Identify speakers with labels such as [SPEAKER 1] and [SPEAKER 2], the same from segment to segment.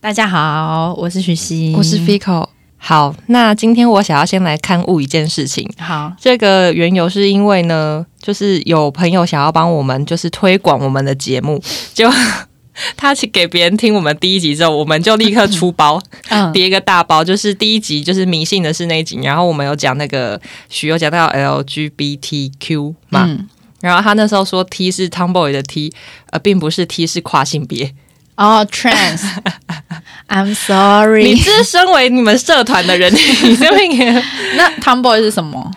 [SPEAKER 1] 大家好，我是徐熙，
[SPEAKER 2] 我是 Fico。好，那今天我想要先来看物一件事情。
[SPEAKER 1] 好，
[SPEAKER 2] 这个缘由是因为呢，就是有朋友想要帮我们，就是推广我们的节目，就 他去给别人听我们第一集之后，我们就立刻出 包，
[SPEAKER 1] 嗯，
[SPEAKER 2] 叠一个大包。就是第一集就是迷信的是那一集，然后我们有讲那个许有讲到 LGBTQ 嘛，
[SPEAKER 1] 嗯，
[SPEAKER 2] 然后他那时候说 T 是 Tomboy 的 T，呃，并不是 T 是跨性别。
[SPEAKER 1] 哦、t r a n s I'm
[SPEAKER 2] 你
[SPEAKER 1] sorry。
[SPEAKER 2] 这身为你们社团 的人，你这边也
[SPEAKER 1] 那 Tomboy 是什么？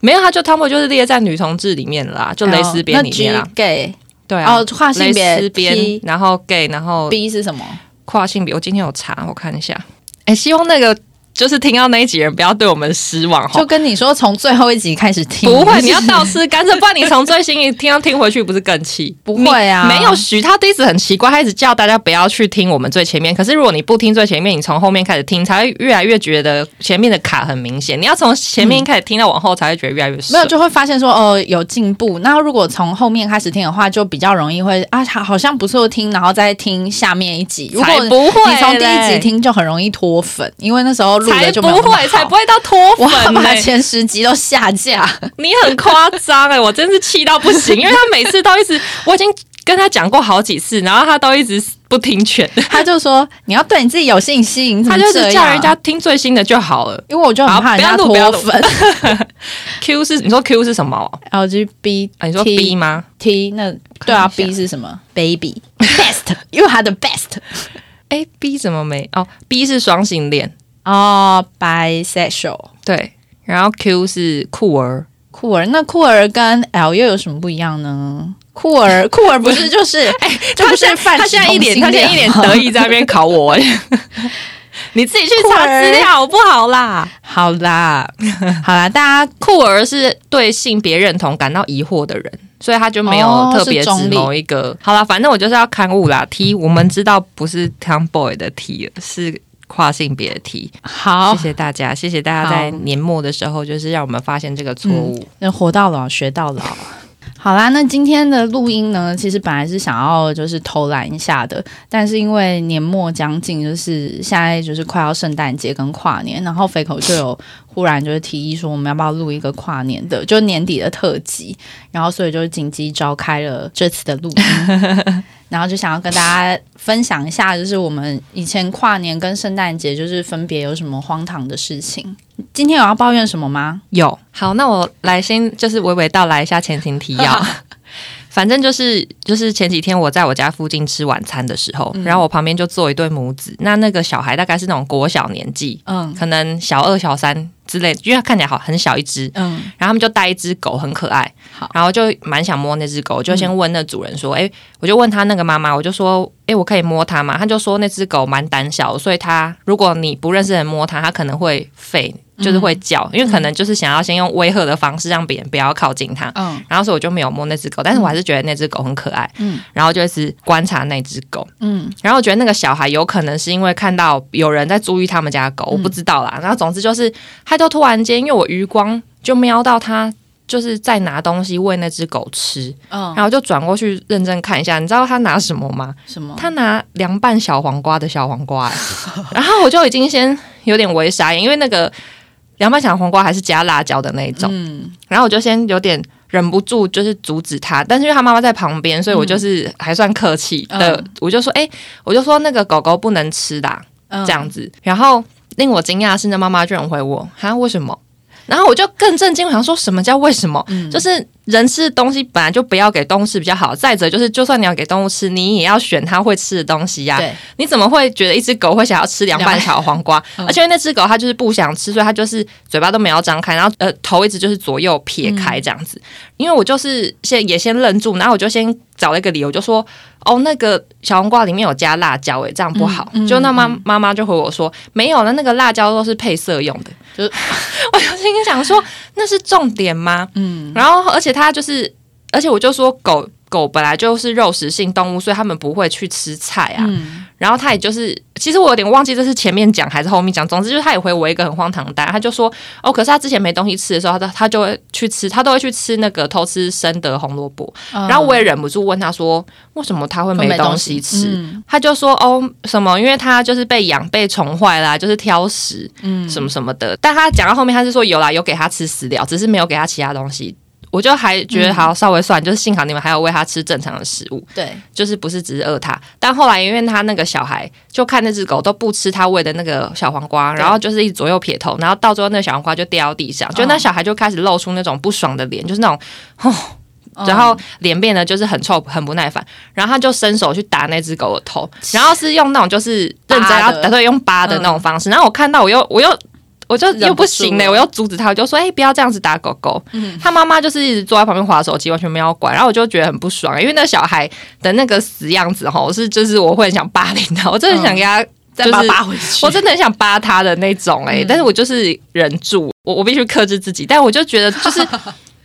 [SPEAKER 2] 没有，他就 Tomboy 就是列在女同志里面啦，就蕾丝边里面啦
[SPEAKER 1] 哦那，G gay
[SPEAKER 2] 对啊，
[SPEAKER 1] 哦，跨性
[SPEAKER 2] 蕾
[SPEAKER 1] 别
[SPEAKER 2] 丝边
[SPEAKER 1] T，
[SPEAKER 2] 然后 gay，然后
[SPEAKER 1] B 是什么？
[SPEAKER 2] 跨性别。我今天有查，我看一下。哎，希望那个就是听到那一集人不要对我们失望
[SPEAKER 1] 就
[SPEAKER 2] 哈。
[SPEAKER 1] 跟你说，从最后一集开始听，
[SPEAKER 2] 不会，你要倒吃甘蔗，不然你从最新一听要听回去，不是更气？
[SPEAKER 1] 不会啊
[SPEAKER 2] 你没有许他第一次很奇怪，他一直叫大家不要去听我们最前面。可是如果你不听最前面，你从后面开始听，才会越来越觉得前面的卡很明显。你要从前面开始听到往后，才会觉得越来越顺
[SPEAKER 1] 没有就会发现说哦有进步。那如果从后面开始听的话，就比较容易会啊好好像不错听，然后再听下面一集。如果
[SPEAKER 2] 才不会
[SPEAKER 1] 你从第一
[SPEAKER 2] 嘞
[SPEAKER 1] 集听就很容易脱粉，因为那时候录
[SPEAKER 2] 才
[SPEAKER 1] 的就没有
[SPEAKER 2] 不
[SPEAKER 1] 那么
[SPEAKER 2] 会，
[SPEAKER 1] 好
[SPEAKER 2] 才不会到脱
[SPEAKER 1] 我
[SPEAKER 2] 粉呢、
[SPEAKER 1] 把前十集都下架，
[SPEAKER 2] 你很夸张哎，我真是气到不行，因为他每次都一直，我已经跟他讲过好几次，然后他都一直不听劝，
[SPEAKER 1] 他就说你要对你自己有信心，你怎
[SPEAKER 2] 他
[SPEAKER 1] 么
[SPEAKER 2] 就是
[SPEAKER 1] 这
[SPEAKER 2] 叫
[SPEAKER 1] 样
[SPEAKER 2] 人家，听最新的就好了。
[SPEAKER 1] 因为我就很怕人家
[SPEAKER 2] 好不要
[SPEAKER 1] 脱
[SPEAKER 2] 录
[SPEAKER 1] 粉。
[SPEAKER 2] Q 是你说 Q 是什么、啊
[SPEAKER 1] LGBT，、
[SPEAKER 2] 你说 B 吗？
[SPEAKER 1] T 那对啊
[SPEAKER 2] 看一下
[SPEAKER 1] ，B 是什么？Baby best，因为他的 best
[SPEAKER 2] 哎，B 怎么没？哦，B 是双性恋，
[SPEAKER 1] 哦、bisexual
[SPEAKER 2] 对。然后 Q 是酷儿，
[SPEAKER 1] 酷儿，那酷儿跟 L 又有什么不一样呢？酷儿， 酷儿不是就是，哎、这不是泛
[SPEAKER 2] 他现在一脸，
[SPEAKER 1] 指
[SPEAKER 2] 他
[SPEAKER 1] 同性
[SPEAKER 2] 现在一脸
[SPEAKER 1] 吗
[SPEAKER 2] 得意在那边考我哎、 你自己去查资料好不好啦？
[SPEAKER 1] 好啦，好啦，大家
[SPEAKER 2] 酷儿是对性别认同感到疑惑的人，所以他就没有
[SPEAKER 1] 哦
[SPEAKER 2] 特别
[SPEAKER 1] 是
[SPEAKER 2] 指
[SPEAKER 1] 中立
[SPEAKER 2] 某一个。好啦，反正我就是要刊物啦。T 我们知道不是 Tomboy 的 T，了是跨性别的 T。
[SPEAKER 1] 好
[SPEAKER 2] 谢，谢大家，谢谢大家
[SPEAKER 1] 好
[SPEAKER 2] 在年末的时候，就是让我们发现这个错误。
[SPEAKER 1] 那活到老学到老。 好啦，那今天的录音呢，其实本来是想要就是偷懒一下的，但是因为年末将近，就是现在就是快要圣诞节跟跨年，然后肥口就有忽然就是提议说我们要不要录一个跨年的，就年底的特辑，然后所以就紧急召开了这次的录 音，然后就想要跟大家分享一下，就是我们以前跨年跟圣诞节就是分别有什么荒唐的事情。今天有要抱怨什么吗？
[SPEAKER 2] 有好，那我来先就是娓娓道来一下前情提 要。反正就是就是前几天我在我家附近吃晚餐的时候，然后我旁边就坐一对母子，那那个小孩大概是那种国小年纪，
[SPEAKER 1] 嗯
[SPEAKER 2] 可能小二、小三之类，因为它看起来好很小一只，
[SPEAKER 1] 嗯。
[SPEAKER 2] 然后他们就带一只狗，很可爱
[SPEAKER 1] 好，嗯
[SPEAKER 2] 然后就蛮想摸那只狗，就先问那主人说，诶，哎我就问他那个妈妈，我就说，诶，我可以摸它吗？他就说那只狗蛮胆小的，所以它如果你不认识人摸它，它可能会吠，就是
[SPEAKER 1] 嗯
[SPEAKER 2] 会叫，因为可能就是想要先用威吓的方式让别人不要靠近它。
[SPEAKER 1] 嗯
[SPEAKER 2] 然后所以我就没有摸那只狗，但是我还是觉得那只狗很可爱，
[SPEAKER 1] 嗯
[SPEAKER 2] 然后就一直观察那只狗，
[SPEAKER 1] 嗯
[SPEAKER 2] 然后我觉得那个小孩有可能是因为看到有人在注意他们家的狗，我不知道啦。然后总之就是，他就突然间，因为我余光就瞄到他就是在拿东西喂那只狗吃，
[SPEAKER 1] 嗯，
[SPEAKER 2] 然后就转过去认真看一下。你知道他拿什么吗？
[SPEAKER 1] 什么？
[SPEAKER 2] 他拿凉拌小黄瓜的小黄 瓜、欸然后我就已经先有点微傻眼，因为那个凉拌小黄瓜还是加辣椒的那一种。
[SPEAKER 1] 嗯
[SPEAKER 2] 然后我就先有点忍不住，就是阻止他，但是因为他妈妈在旁边，所以我就是还算客气的，
[SPEAKER 1] 嗯
[SPEAKER 2] 我就说，哎、我就说那个狗狗不能吃啦，
[SPEAKER 1] 嗯
[SPEAKER 2] 这样子。然后令我惊讶的是，那妈妈居然回我，哈，为什么？然后我就更震惊，我想说什么叫为什么？
[SPEAKER 1] 嗯
[SPEAKER 2] 就是人吃的东西本来就不要给动物吃比较好。再者就是，就算你要给动物吃，你也要选它会吃的东西呀、
[SPEAKER 1] 对，
[SPEAKER 2] 你怎么会觉得一只狗会想要吃凉拌
[SPEAKER 1] 凉
[SPEAKER 2] 小黄瓜？
[SPEAKER 1] 嗯
[SPEAKER 2] 而且那只狗它就是不想吃，所以它就是嘴巴都没有张开，然后呃头一直就是左右撇开这样子。
[SPEAKER 1] 嗯
[SPEAKER 2] 因为我就是先也先愣住，然后我就先找了一个理由，就说哦那个小黄瓜里面有加辣椒、哎诶，这样不好。
[SPEAKER 1] 嗯嗯
[SPEAKER 2] 就那妈妈妈就回我说没有了，那个辣椒都是配色用的。
[SPEAKER 1] 就
[SPEAKER 2] 我就心想说那是重点吗？
[SPEAKER 1] 嗯
[SPEAKER 2] 然后而且它就是，而且我就说狗狗本来就是肉食性动物，所以它们不会去吃菜啊。
[SPEAKER 1] 嗯，
[SPEAKER 2] 然后他也就是，其实我有点忘记这是前面讲还是后面讲，总之就是他也回我一个很荒唐的答案，他就说哦，可是他之前没东西吃的时候，他他就会去吃，他都会去吃那个偷吃生的红萝卜。
[SPEAKER 1] 嗯
[SPEAKER 2] 然后我也忍不住问他说，为什么他会没东西吃？
[SPEAKER 1] 嗯
[SPEAKER 2] 他就说哦，什么？因为他就是被养被宠坏啦、就是挑食
[SPEAKER 1] 嗯
[SPEAKER 2] 什么什么的。但他讲到后面，他是说有啦，有给他吃饲料，只是没有给他其他东西。我就还觉得好稍微算，就是幸好你们还有喂他吃正常的食物。
[SPEAKER 1] 对，
[SPEAKER 2] 就是不是只是饿它，但后来因为他那个小孩就看那只狗都不吃他喂的那个小黄瓜，
[SPEAKER 1] 对
[SPEAKER 2] 然后就是一直左右撇头，然后到最后那个小黄瓜就掉到地上，就
[SPEAKER 1] 哦
[SPEAKER 2] 那小孩就开始露出那种不爽的脸，就是那种，然后
[SPEAKER 1] 嗯
[SPEAKER 2] 脸变得就是很臭很不耐烦，然后他就伸手去打那只狗的头，然后是用那种就是认真
[SPEAKER 1] 扒
[SPEAKER 2] 要呃
[SPEAKER 1] 的
[SPEAKER 2] 对用扒的那种方式，然后我看到我又我又。我就
[SPEAKER 1] 忍不
[SPEAKER 2] 又不行嘞、
[SPEAKER 1] 住
[SPEAKER 2] 我又阻止他，我就说：“哎、不要这样子打狗狗。
[SPEAKER 1] 嗯
[SPEAKER 2] 他妈妈就是一直坐在旁边划手机，完全没有管。然后我就觉得很不爽，因为那小孩的那个死样子吼，是就是我会很想霸凌他，我真的很想给他，
[SPEAKER 1] 再把
[SPEAKER 2] 就是
[SPEAKER 1] 它扒回去，
[SPEAKER 2] 我真的很想扒他的那种哎、
[SPEAKER 1] 嗯
[SPEAKER 2] 但是我就是忍住，我我必须克制自己，但我就觉得就是。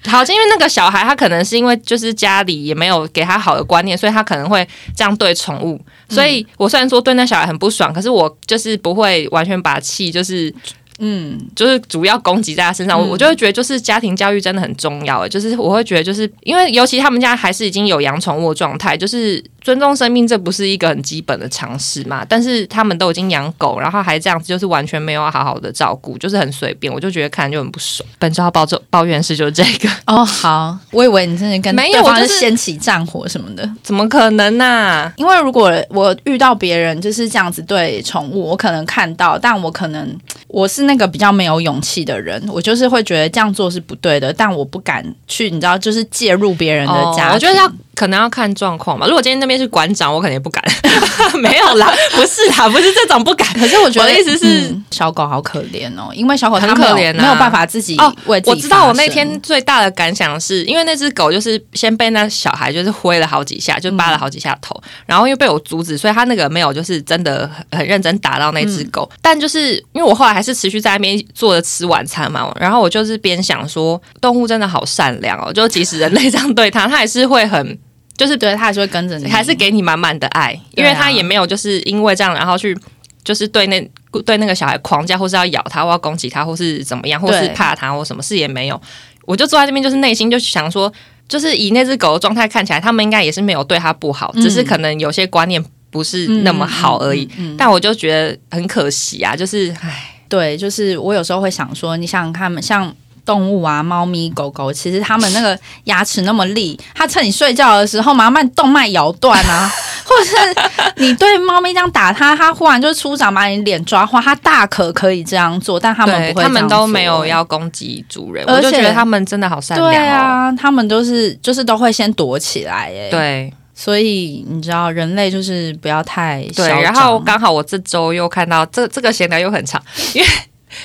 [SPEAKER 2] 好，因为那个小孩他可能是因为就是家里也没有给他好的观念，所以他可能会这样对宠物。所
[SPEAKER 1] 嗯
[SPEAKER 2] 以我虽然说对那小孩很不爽，可是我就是不会完全把气就是
[SPEAKER 1] 嗯
[SPEAKER 2] 就是主要攻击在他身上，我、
[SPEAKER 1] 嗯
[SPEAKER 2] 我就会觉得就是家庭教育真的很重要，欸就是我会觉得就是因为尤其他们家还是已经有养宠物的状态，就是尊重生命这不是一个很基本的常识嘛，但是他们都已经养狗，然后还这样子，就是完全没有好好的照顾，就是很随便，我就觉得看着就很不爽。本周要抱这抱怨事就是这个，
[SPEAKER 1] 哦好，我以为你真的跟
[SPEAKER 2] 没有
[SPEAKER 1] 对方
[SPEAKER 2] 我就是
[SPEAKER 1] 掀起战火什么的，
[SPEAKER 2] 怎么可能呐、啊？
[SPEAKER 1] 因为如果我遇到别人就是这样子对宠物，我可能看到，但我可能我是那个比较没有勇气的人，我就是会觉得这样做是不对的，但我不敢去，你知道，就是介入别人的家庭、
[SPEAKER 2] 哦我觉得要可能要看状况吧。如果今天那边是馆长，我可能也不敢。 没有啦，不是啦，不是这种不敢。
[SPEAKER 1] 可是我觉得
[SPEAKER 2] 我的意思是
[SPEAKER 1] 嗯小狗好可怜哦，因为小狗它
[SPEAKER 2] 很
[SPEAKER 1] 没有
[SPEAKER 2] 可怜啊
[SPEAKER 1] 没有办法自己
[SPEAKER 2] 哦
[SPEAKER 1] 为自己、
[SPEAKER 2] 我知道我那天，最大的感想是，因为那只狗就是先被那小孩就是挥了好几下，就
[SPEAKER 1] 嗯
[SPEAKER 2] 扒了好几下头，然后又被我阻止，所以他那个没有就是真的很很认真打到那
[SPEAKER 1] 嗯
[SPEAKER 2] 只狗。但就是因为我后来还是持续在那边坐着吃晚餐嘛，然后我就是边想说，动物真的好善良哦，就即使人类这样对它，它还是会很就是
[SPEAKER 1] 对，它还是会跟着你，
[SPEAKER 2] 还是给你满满的爱，因
[SPEAKER 1] 对啊
[SPEAKER 2] 为他也没有就是因为这样，然后去就是对那对那个小孩狂叫，或是要咬他，或要攻击他，或是怎么样，或是
[SPEAKER 1] 对
[SPEAKER 2] 怕他，或什么事也没有。我就坐在这边，就是内心就想说，就是以那只狗的状态看起来，他们应该也是没有对它不好，
[SPEAKER 1] 嗯
[SPEAKER 2] 只是可能有些观念不是
[SPEAKER 1] 嗯
[SPEAKER 2] 那么好而已。。
[SPEAKER 1] 嗯嗯嗯
[SPEAKER 2] 但我就觉得很可惜啊，就是唉，
[SPEAKER 1] 对，就是我有时候会想说，你想想看，像动物啊，猫咪、狗狗，其实它们那个牙齿那么利，它趁你睡觉的时候，麻烦动脉咬断 啊，或者是你对猫咪这样打它，它忽然就出掌把你脸抓花，它大可可以这样做，但它们
[SPEAKER 2] 对
[SPEAKER 1] 不会，
[SPEAKER 2] 他们都没有
[SPEAKER 1] 要。
[SPEAKER 2] 要攻击主人，
[SPEAKER 1] 而
[SPEAKER 2] 我
[SPEAKER 1] 且
[SPEAKER 2] 就觉得他们真的好善
[SPEAKER 1] 对
[SPEAKER 2] 良哦。
[SPEAKER 1] 啊，他们都是就是都会先躲起来哎，，
[SPEAKER 2] 对，
[SPEAKER 1] 所以你知道人类就是不要太
[SPEAKER 2] 对，
[SPEAKER 1] 嚣
[SPEAKER 2] 然
[SPEAKER 1] 张
[SPEAKER 2] 后刚好我这周又看到这这个闲聊又很长，因为。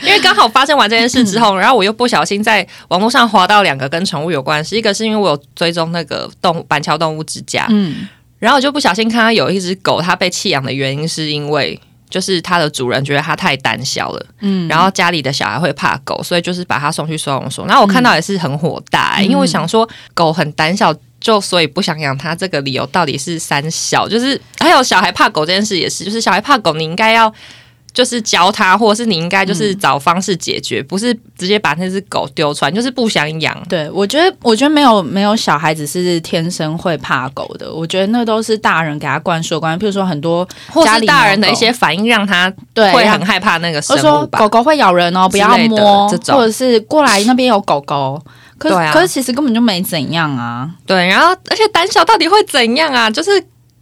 [SPEAKER 2] 因为刚好发生完这件事之后，然后我又不小心在网络上滑到两个跟宠物有关的事，一个是因为我有追踪那个动物板桥动物之家，
[SPEAKER 1] 嗯
[SPEAKER 2] 然后我就不小心看到有一只狗，它被弃养的原因是因为就是它的主人觉得它太胆小了，
[SPEAKER 1] 嗯，
[SPEAKER 2] 然后家里的小孩会怕狗，所以就是把它送去收容所。然后我
[SPEAKER 1] 嗯
[SPEAKER 2] 看到也是很火大、欸因为我想说狗很胆小，就所以不想养它，这个理由到底是三小，就是还有小孩怕狗这件事也是，就是小孩怕狗，你应该要。就是教它，或者是你应该就是找方式解
[SPEAKER 1] 嗯
[SPEAKER 2] 决，不是直接把那只狗丢出来，你就是不想养。
[SPEAKER 1] 对我觉得我觉得没有没有小孩子是天生会怕狗的，我觉得那都是大人给他灌输的观念，譬如说很多
[SPEAKER 2] 或
[SPEAKER 1] 家
[SPEAKER 2] 是
[SPEAKER 1] 里
[SPEAKER 2] 大
[SPEAKER 1] 有
[SPEAKER 2] 人的一
[SPEAKER 1] 狗
[SPEAKER 2] 些反应让他
[SPEAKER 1] 对
[SPEAKER 2] 会很害怕那个生
[SPEAKER 1] 我说
[SPEAKER 2] 物吧
[SPEAKER 1] 狗。狗会咬人哦，不要
[SPEAKER 2] 之类的
[SPEAKER 1] 摸，
[SPEAKER 2] 这种
[SPEAKER 1] 或者是过来那边有狗狗，可是、
[SPEAKER 2] 对啊
[SPEAKER 1] 可是其实根本就没怎样啊，
[SPEAKER 2] 对，然后而且胆小到底会怎样啊？就是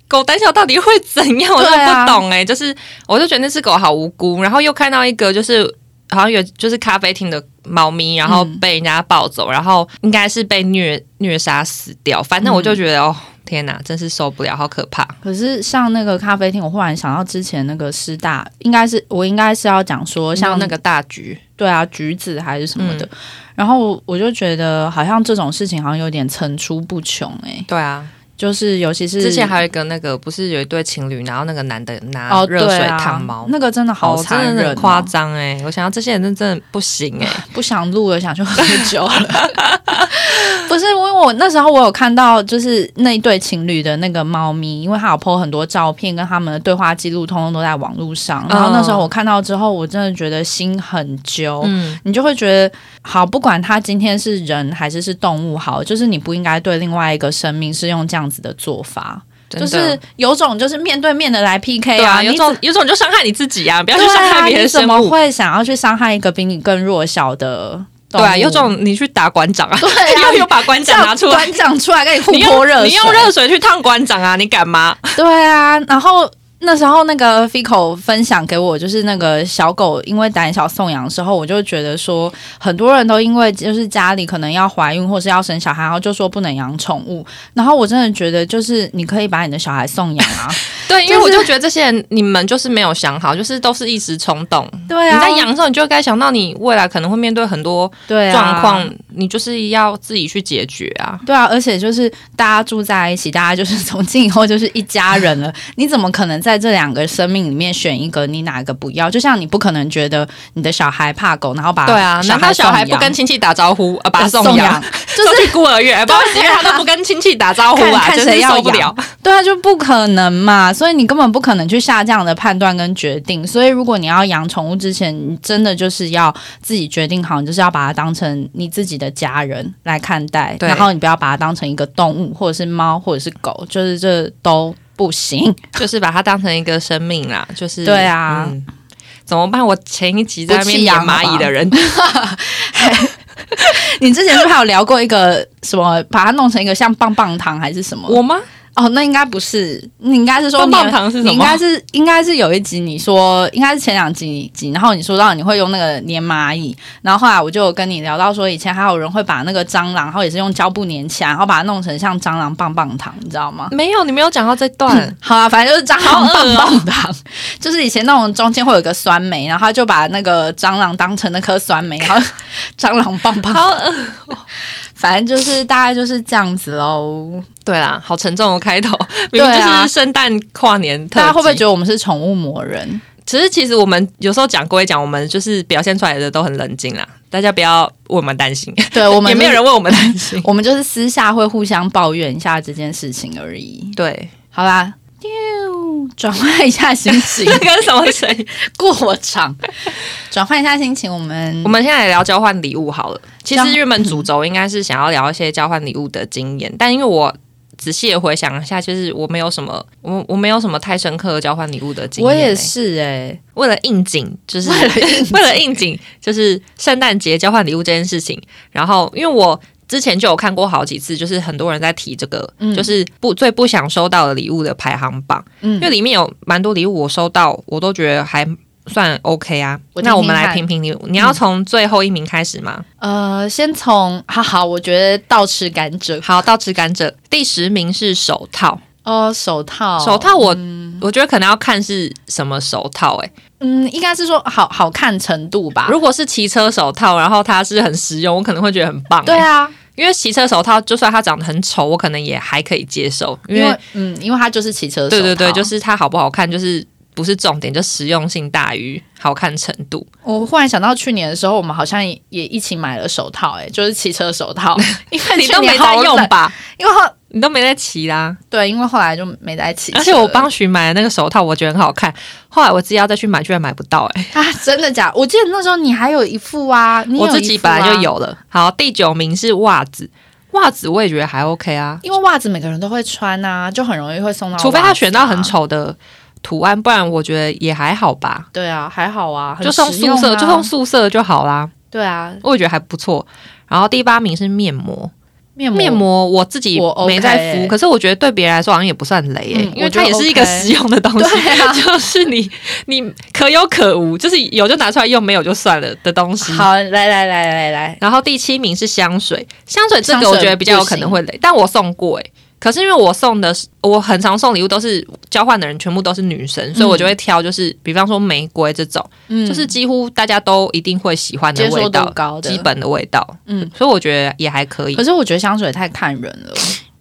[SPEAKER 2] 狗胆小到底会怎样，我 都
[SPEAKER 1] 对啊
[SPEAKER 2] 不懂哎、就是我就觉得那只狗好无辜，然后又看到一个就是好像有就是咖啡厅的猫咪，然后被人家抱走，然后应该是被虐虐杀死掉。反正我就觉得、哦，天哪，真是受不了，好可怕。
[SPEAKER 1] 可是像那个咖啡厅，我忽然想到之前那个师大，应该是我应该是要讲说像
[SPEAKER 2] 像
[SPEAKER 1] 那
[SPEAKER 2] 那个大局，
[SPEAKER 1] 对啊，橘子还是什么的。
[SPEAKER 2] 嗯
[SPEAKER 1] 然后我就觉得好像这种事情好像有点层出不穷哎、
[SPEAKER 2] 对啊，
[SPEAKER 1] 就是尤其是
[SPEAKER 2] 之前还有一个那个，不是有一对情侣，然后那个男的拿
[SPEAKER 1] 哦，
[SPEAKER 2] 热
[SPEAKER 1] 对
[SPEAKER 2] 水
[SPEAKER 1] 啊
[SPEAKER 2] 烫毛，
[SPEAKER 1] 那个真的好
[SPEAKER 2] 哦
[SPEAKER 1] 残忍、
[SPEAKER 2] 真的很夸，张哎！我想要这些人真真的不行 哎、
[SPEAKER 1] 不想录了，想去喝酒 了。不是，因为我那时候我有看到，就是那一对情侣的那个猫咪，因为他有 po 很多照片跟他们的对话记录，通通都在网络
[SPEAKER 2] 嗯
[SPEAKER 1] 上。然后那时候我看到之后，我真的觉得心很揪。
[SPEAKER 2] 嗯，
[SPEAKER 1] 你就会觉得，好，不管他今天是人还是是动物，好，就是你不应该对另外一个生命是用这样子的做法，
[SPEAKER 2] 真
[SPEAKER 1] 就
[SPEAKER 2] 的
[SPEAKER 1] 是有种就是面对面的来 PK
[SPEAKER 2] 对啊，
[SPEAKER 1] 你
[SPEAKER 2] 有
[SPEAKER 1] 怎
[SPEAKER 2] 种有种你就伤害你自己啊，不要去
[SPEAKER 1] 对
[SPEAKER 2] 伤
[SPEAKER 1] 啊
[SPEAKER 2] 害别人
[SPEAKER 1] 你怎
[SPEAKER 2] 生
[SPEAKER 1] 么
[SPEAKER 2] 物。
[SPEAKER 1] 会想要去伤害一个比你更弱小的动
[SPEAKER 2] 对
[SPEAKER 1] 物？
[SPEAKER 2] 啊，有种你去打馆长啊，
[SPEAKER 1] 对啊
[SPEAKER 2] 你又有把馆
[SPEAKER 1] 叫
[SPEAKER 2] 长拿出来，
[SPEAKER 1] 馆长出来跟你互
[SPEAKER 2] 你
[SPEAKER 1] 泼
[SPEAKER 2] 用
[SPEAKER 1] 热水，
[SPEAKER 2] 你用热水去烫馆长啊，你敢吗？
[SPEAKER 1] 对啊，然后。那时候那个 Fico 分享给我，就是那个小狗因为胆小送养的时候，我就觉得说，很多人都因为就是家里可能要怀孕或是要生小孩，然后就说不能养宠物。然后我真的觉得，就是你可以把你的小孩送养 啊，
[SPEAKER 2] 对，因为
[SPEAKER 1] 就是
[SPEAKER 2] 我就觉得这些人你们就是没有想好，就是都是一时冲动。
[SPEAKER 1] 对啊，
[SPEAKER 2] 你在养的时候，你就该想到你未来可能会面对很多
[SPEAKER 1] 对啊
[SPEAKER 2] 状况，你就是要自己去解决啊。
[SPEAKER 1] 对啊，而且就是大家住在一起，大家就是从今以后就是一家人了。 你怎么可能在这两个生命里面选一个，你哪个不要？就像你不可能觉得你的小孩怕狗，然后把
[SPEAKER 2] 对啊，难道小孩
[SPEAKER 1] 送
[SPEAKER 2] 不
[SPEAKER 1] 养
[SPEAKER 2] 跟亲戚打招呼，啊、把他
[SPEAKER 1] 呃
[SPEAKER 2] 送
[SPEAKER 1] 送
[SPEAKER 2] 养
[SPEAKER 1] 养？，就是
[SPEAKER 2] 送去孤儿院，不好意思，因为他都不跟亲戚打招呼 啊，
[SPEAKER 1] 看看
[SPEAKER 2] 真
[SPEAKER 1] 谁
[SPEAKER 2] 是
[SPEAKER 1] 要
[SPEAKER 2] 受不了。
[SPEAKER 1] 对啊，就不可能嘛，所以你根本不可能去下这样的判断跟决定。所以如果你要养宠物之前，你真的就是要自己决定好，你就是要把它当成你自己的家人来看待，
[SPEAKER 2] 对
[SPEAKER 1] 然后你不要把它当成一个动物，或者是猫，或者是狗，就是这都不行。
[SPEAKER 2] 就是把它当成一个生命啦，就是
[SPEAKER 1] 对啊
[SPEAKER 2] 嗯怎么办？我前一集在那边
[SPEAKER 1] 不弃
[SPEAKER 2] 演
[SPEAKER 1] 养
[SPEAKER 2] 蚂蚁的 人，
[SPEAKER 1] 你之前是不是还有聊过一个什么，把它弄成一个像棒棒糖还是什么？
[SPEAKER 2] 我吗？
[SPEAKER 1] 哦，那应该不是，你应该是说
[SPEAKER 2] 棒
[SPEAKER 1] 你
[SPEAKER 2] 棒糖是什么
[SPEAKER 1] 你应该是应该是有一集你说，应该是前两集你集，然后你说到你会用那个粘蚂蚁，然后后来我就有跟你聊到说，以前还有人会把那个蟑螂，然后也是用胶布粘起来，然后把它弄成像蟑螂棒棒糖，你知道 吗？
[SPEAKER 2] 没有，你没有讲到这段。
[SPEAKER 1] 好啊，反正就是蟑
[SPEAKER 2] 好
[SPEAKER 1] 螂
[SPEAKER 2] 恶
[SPEAKER 1] 棒
[SPEAKER 2] 哦
[SPEAKER 1] 棒糖，就是以前那种中间会有一个酸梅，然后他就把那个蟑螂当成那颗酸梅，然后 蟑螂棒棒，
[SPEAKER 2] 好，呃
[SPEAKER 1] 反正就是大概就是这样子喽。
[SPEAKER 2] 对啦，好沉重的开 头，
[SPEAKER 1] 对
[SPEAKER 2] 明
[SPEAKER 1] 啊
[SPEAKER 2] 明就是圣诞跨年特
[SPEAKER 1] 大家会不会
[SPEAKER 2] 辑
[SPEAKER 1] 觉得我们是宠物魔 人？
[SPEAKER 2] 其实，其实我们有时候讲归讲，我们就是表现出来的都很冷静啦。大家不要为我们担心，
[SPEAKER 1] 对我们
[SPEAKER 2] 也没有
[SPEAKER 1] 是
[SPEAKER 2] 人为我们担心。
[SPEAKER 1] 我们就是私下会互相抱怨一下这件事情而已。
[SPEAKER 2] 对，
[SPEAKER 1] 好啦，丢，转换一下心情，
[SPEAKER 2] 那个什么谁，
[SPEAKER 1] 过场， 转换一下心情，我们
[SPEAKER 2] 我们现在来聊交换礼物好了。
[SPEAKER 1] 嗯
[SPEAKER 2] 其
[SPEAKER 1] 交
[SPEAKER 2] 实原本主轴应该是想要聊一些交换礼物的经验，但因为我仔细地回想一下，就是我没有什么，我我没有什么太深刻的交换礼物的经
[SPEAKER 1] 我
[SPEAKER 2] 验欸、
[SPEAKER 1] 也是哎、
[SPEAKER 2] 为了应景，就是
[SPEAKER 1] 为了 应景
[SPEAKER 2] 为了应景，就是圣诞节交换礼物这件事情。然后，因为我之前就有看过好几次，就是很多人在提这个，
[SPEAKER 1] 嗯
[SPEAKER 2] 就是不最不想收到的礼物的排行榜，因为
[SPEAKER 1] 嗯，
[SPEAKER 2] 里面有蛮多礼物我收到，我都觉得还算 OK 啊。
[SPEAKER 1] 我听
[SPEAKER 2] 那我
[SPEAKER 1] 听
[SPEAKER 2] 们来
[SPEAKER 1] 看嗯
[SPEAKER 2] 评评你，你要从最后一名开始吗？
[SPEAKER 1] 呃，先从哈好，我觉得倒吃甘蔗，
[SPEAKER 2] 好，到持甘蔗，第十名是手套，
[SPEAKER 1] 哦，嗯手套，
[SPEAKER 2] 手，套我、我觉得可能要看是什么手套、欸，
[SPEAKER 1] 嗯，应该是说好好看程度吧。
[SPEAKER 2] 如果是骑车手套，然后它是很实用，我可能会觉得很棒、
[SPEAKER 1] 对
[SPEAKER 2] 欸
[SPEAKER 1] 啊，
[SPEAKER 2] 因为骑车手套，就算它长得很丑，我可能也还可以接受，因
[SPEAKER 1] 因
[SPEAKER 2] 为
[SPEAKER 1] 为嗯，因为它就是骑车手
[SPEAKER 2] 对对对，
[SPEAKER 1] 套
[SPEAKER 2] 就是它好不好看，就是不是重点，就实用性大于好看程度。
[SPEAKER 1] 我忽然想到去年的时候，我们好像也也一起买了手套、哎，就是骑车手 套，因为
[SPEAKER 2] 你
[SPEAKER 1] 哎去
[SPEAKER 2] 都
[SPEAKER 1] 年
[SPEAKER 2] 没
[SPEAKER 1] 好
[SPEAKER 2] 在
[SPEAKER 1] 冷
[SPEAKER 2] 用，吧？
[SPEAKER 1] 因为后
[SPEAKER 2] 你都没在骑啦，
[SPEAKER 1] 对，因为后来就没在骑车了。
[SPEAKER 2] 而且我帮徐买的那个手套，我觉得很好看。后来我自己要再去买，居然买不到哎、欸
[SPEAKER 1] 啊，真的假的？我记得那时候你还有一副啊，你
[SPEAKER 2] 我
[SPEAKER 1] 有
[SPEAKER 2] 自
[SPEAKER 1] 一
[SPEAKER 2] 己
[SPEAKER 1] 副
[SPEAKER 2] 本来
[SPEAKER 1] 啊
[SPEAKER 2] 就。有了。好，第九名是袜子，袜子我也觉得还 OK 啊，
[SPEAKER 1] 因为袜子每个人都会穿啊，就很容易会送到、啊
[SPEAKER 2] 除非他选到很。丑的图案，不然我觉得也还好吧，
[SPEAKER 1] 对啊，还好啊，很
[SPEAKER 2] 就送
[SPEAKER 1] 实
[SPEAKER 2] 宿
[SPEAKER 1] 用
[SPEAKER 2] 舍、
[SPEAKER 1] 啊
[SPEAKER 2] 就送宿舍就好啦。
[SPEAKER 1] 对啊，
[SPEAKER 2] 我也觉得还不错。然后第八名是面膜，
[SPEAKER 1] 面膜
[SPEAKER 2] 面膜我自己
[SPEAKER 1] 我 OK
[SPEAKER 2] 没在敷，
[SPEAKER 1] 欸
[SPEAKER 2] 可是我觉得对别人来说好像也不算雷耶、
[SPEAKER 1] 嗯
[SPEAKER 2] 因
[SPEAKER 1] 我
[SPEAKER 2] 为
[SPEAKER 1] 觉
[SPEAKER 2] 它
[SPEAKER 1] 得
[SPEAKER 2] 也是一个
[SPEAKER 1] OK
[SPEAKER 2] 实用的东西，
[SPEAKER 1] 对啊
[SPEAKER 2] 就是你你可有可无，就是有就拿出来用，没有就算了的东西。
[SPEAKER 1] 好，来来来来来，
[SPEAKER 2] 然后第七名是香水，香水这
[SPEAKER 1] 香
[SPEAKER 2] 个我
[SPEAKER 1] 水
[SPEAKER 2] 觉得比较有
[SPEAKER 1] 不
[SPEAKER 2] 可能
[SPEAKER 1] 行
[SPEAKER 2] 会雷，但我送过诶、欸可是因为我送的是，我很常送礼物都是交换的人全部都是女生，所以我就会挑就是，比方说玫瑰这种，
[SPEAKER 1] 嗯，
[SPEAKER 2] 就是几乎大家都一定会喜欢的
[SPEAKER 1] 接受
[SPEAKER 2] 味道
[SPEAKER 1] 度，高的
[SPEAKER 2] 基。本的味道，
[SPEAKER 1] 嗯
[SPEAKER 2] 嗯，所以我觉得也还可以
[SPEAKER 1] 可。是我觉得香水太看人了，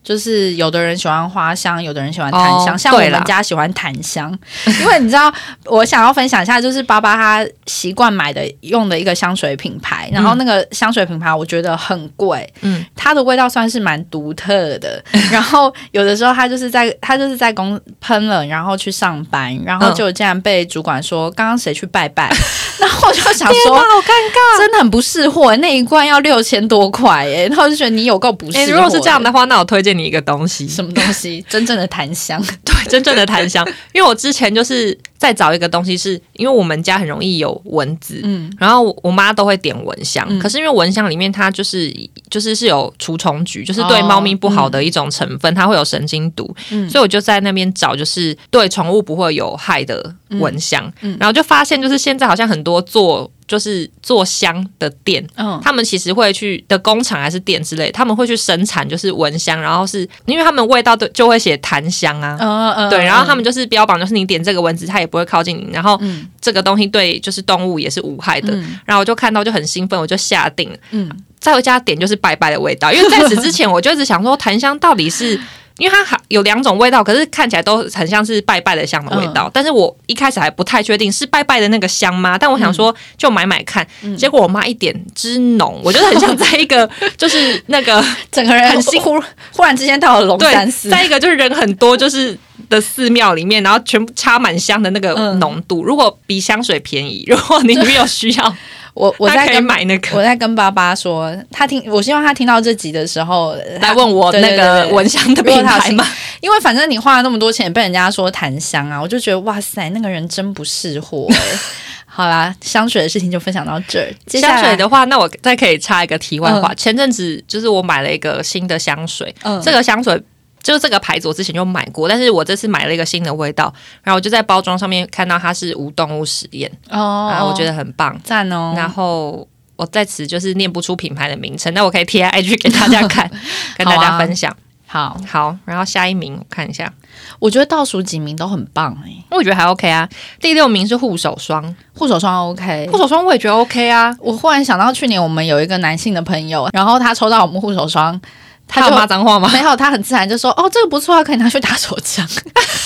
[SPEAKER 1] 就是有的人喜欢花香，有的人喜欢檀香，
[SPEAKER 2] 哦
[SPEAKER 1] 像我
[SPEAKER 2] 对啦
[SPEAKER 1] 们家喜欢檀香， 因为你知道，我想要分享一下，就是爸爸他习惯买的用的一个香水品牌，然后那个香水品牌我觉得很贵，
[SPEAKER 2] 嗯
[SPEAKER 1] 嗯，它的味道算是蛮独特 的，然后有的时候他就是在他就是在公喷了，然后去上班，然后
[SPEAKER 2] 嗯
[SPEAKER 1] 就竟然被主管说刚刚谁去拜拜， 然后我就想
[SPEAKER 2] 天
[SPEAKER 1] 说
[SPEAKER 2] 哪，。好尴尬！
[SPEAKER 1] 真的很不识货，那一罐要六千多块耶， 然后就觉得你有够不识
[SPEAKER 2] 哎、
[SPEAKER 1] 货。
[SPEAKER 2] 如果是这样的话，那我推荐你一个东西，
[SPEAKER 1] 什么东 西？真正的檀香，
[SPEAKER 2] 对，真正的檀香。因为我之前就是在找一个东西是，因为我们家很容易有蚊子，
[SPEAKER 1] 嗯，
[SPEAKER 2] 然后我我妈都会点蚊香，
[SPEAKER 1] 嗯
[SPEAKER 2] 可是因为蚊香里面它就是就是是有除虫菊，就是对
[SPEAKER 1] 哦
[SPEAKER 2] 猫咪不好的一种成分，它会有神经毒，
[SPEAKER 1] 嗯
[SPEAKER 2] 所以我就在那边找就是对宠物不会有害的蚊香，
[SPEAKER 1] 嗯嗯
[SPEAKER 2] 然后就发现就是现在好像很多做就是做香的店。
[SPEAKER 1] 嗯
[SPEAKER 2] 他们其实会去的工厂还是店之类，他们会去生产就是蚊香，然后是因为他们味道都就会写檀香啊，
[SPEAKER 1] 嗯嗯
[SPEAKER 2] 对，然后他们就是标榜就是你点这个蚊子它也不会靠近你，然后
[SPEAKER 1] 嗯
[SPEAKER 2] 这个东西对就是动物也是无害的，
[SPEAKER 1] 嗯
[SPEAKER 2] 然后我就看到就很兴奋，我就下定了，
[SPEAKER 1] 嗯
[SPEAKER 2] 再回家点就是拜拜的味道，因为在此之前我就一直想说檀香到底是。因为它还有两种味道，可是看起来都很像是拜拜的香的味
[SPEAKER 1] 嗯
[SPEAKER 2] 道。但是我一开始还不太确定是拜拜的那个香吗？但我想说就买买看。结果我妈一点之浓，我觉得很像在一个就是那 个
[SPEAKER 1] 整个人
[SPEAKER 2] 很兴
[SPEAKER 1] 忽忽然之间到了龙山
[SPEAKER 2] 对，
[SPEAKER 1] 寺，
[SPEAKER 2] 在一个就是人很多就是的寺庙里面，然后全部插满香的那个
[SPEAKER 1] 嗯
[SPEAKER 2] 浓度，如果比香水便宜，如果你没有需要，
[SPEAKER 1] 我我
[SPEAKER 2] 大
[SPEAKER 1] 在
[SPEAKER 2] 家可以
[SPEAKER 1] 跟。
[SPEAKER 2] 买那个
[SPEAKER 1] 我在跟爸爸说，他听，我希望他听到这集的时候，呃
[SPEAKER 2] 来问我
[SPEAKER 1] 对
[SPEAKER 2] 那
[SPEAKER 1] 对
[SPEAKER 2] 个
[SPEAKER 1] 对对
[SPEAKER 2] 蚊香的
[SPEAKER 1] 如果
[SPEAKER 2] 品
[SPEAKER 1] 他有
[SPEAKER 2] 牌
[SPEAKER 1] 兴
[SPEAKER 2] 吗？
[SPEAKER 1] 因为反正你花了那么多钱被人家说檀香啊，我就觉得哇塞，那个人真不识货欸、 好啦，香水的事情就分享到这儿，接下
[SPEAKER 2] 香
[SPEAKER 1] 来
[SPEAKER 2] 水的话，那我再可以插一个题外话。前阵子就是我买了一个新的香水，
[SPEAKER 1] 嗯
[SPEAKER 2] 嗯这个香水就这个牌子我之前就买过，但是我这次买了一个新的味道，然后我就在包装上面看到它是无动物实验，嗯
[SPEAKER 1] 哦，
[SPEAKER 2] 啊，我觉得很棒。
[SPEAKER 1] 赞哦。
[SPEAKER 2] 然后我在此就是念不出品牌的名称，那我可以贴 IG 给大家 看，跟大
[SPEAKER 1] 好
[SPEAKER 2] 家
[SPEAKER 1] 啊
[SPEAKER 2] 分享。
[SPEAKER 1] 好，
[SPEAKER 2] 好，然后下一名我看一下，
[SPEAKER 1] 我觉得倒数几名都很棒哎、
[SPEAKER 2] 我觉得还 OK 啊。第六名是护手霜，
[SPEAKER 1] 护手霜 OK，
[SPEAKER 2] 护手霜我也觉得 OK 啊。
[SPEAKER 1] 我忽然想到，去年我们有一个男性的朋友，然后他抽到我们护手 霜，他
[SPEAKER 2] 有
[SPEAKER 1] 就
[SPEAKER 2] 骂脏话吗？
[SPEAKER 1] 没有，他很自然就说：“哦，这个不错啊，可以拿去打手枪。”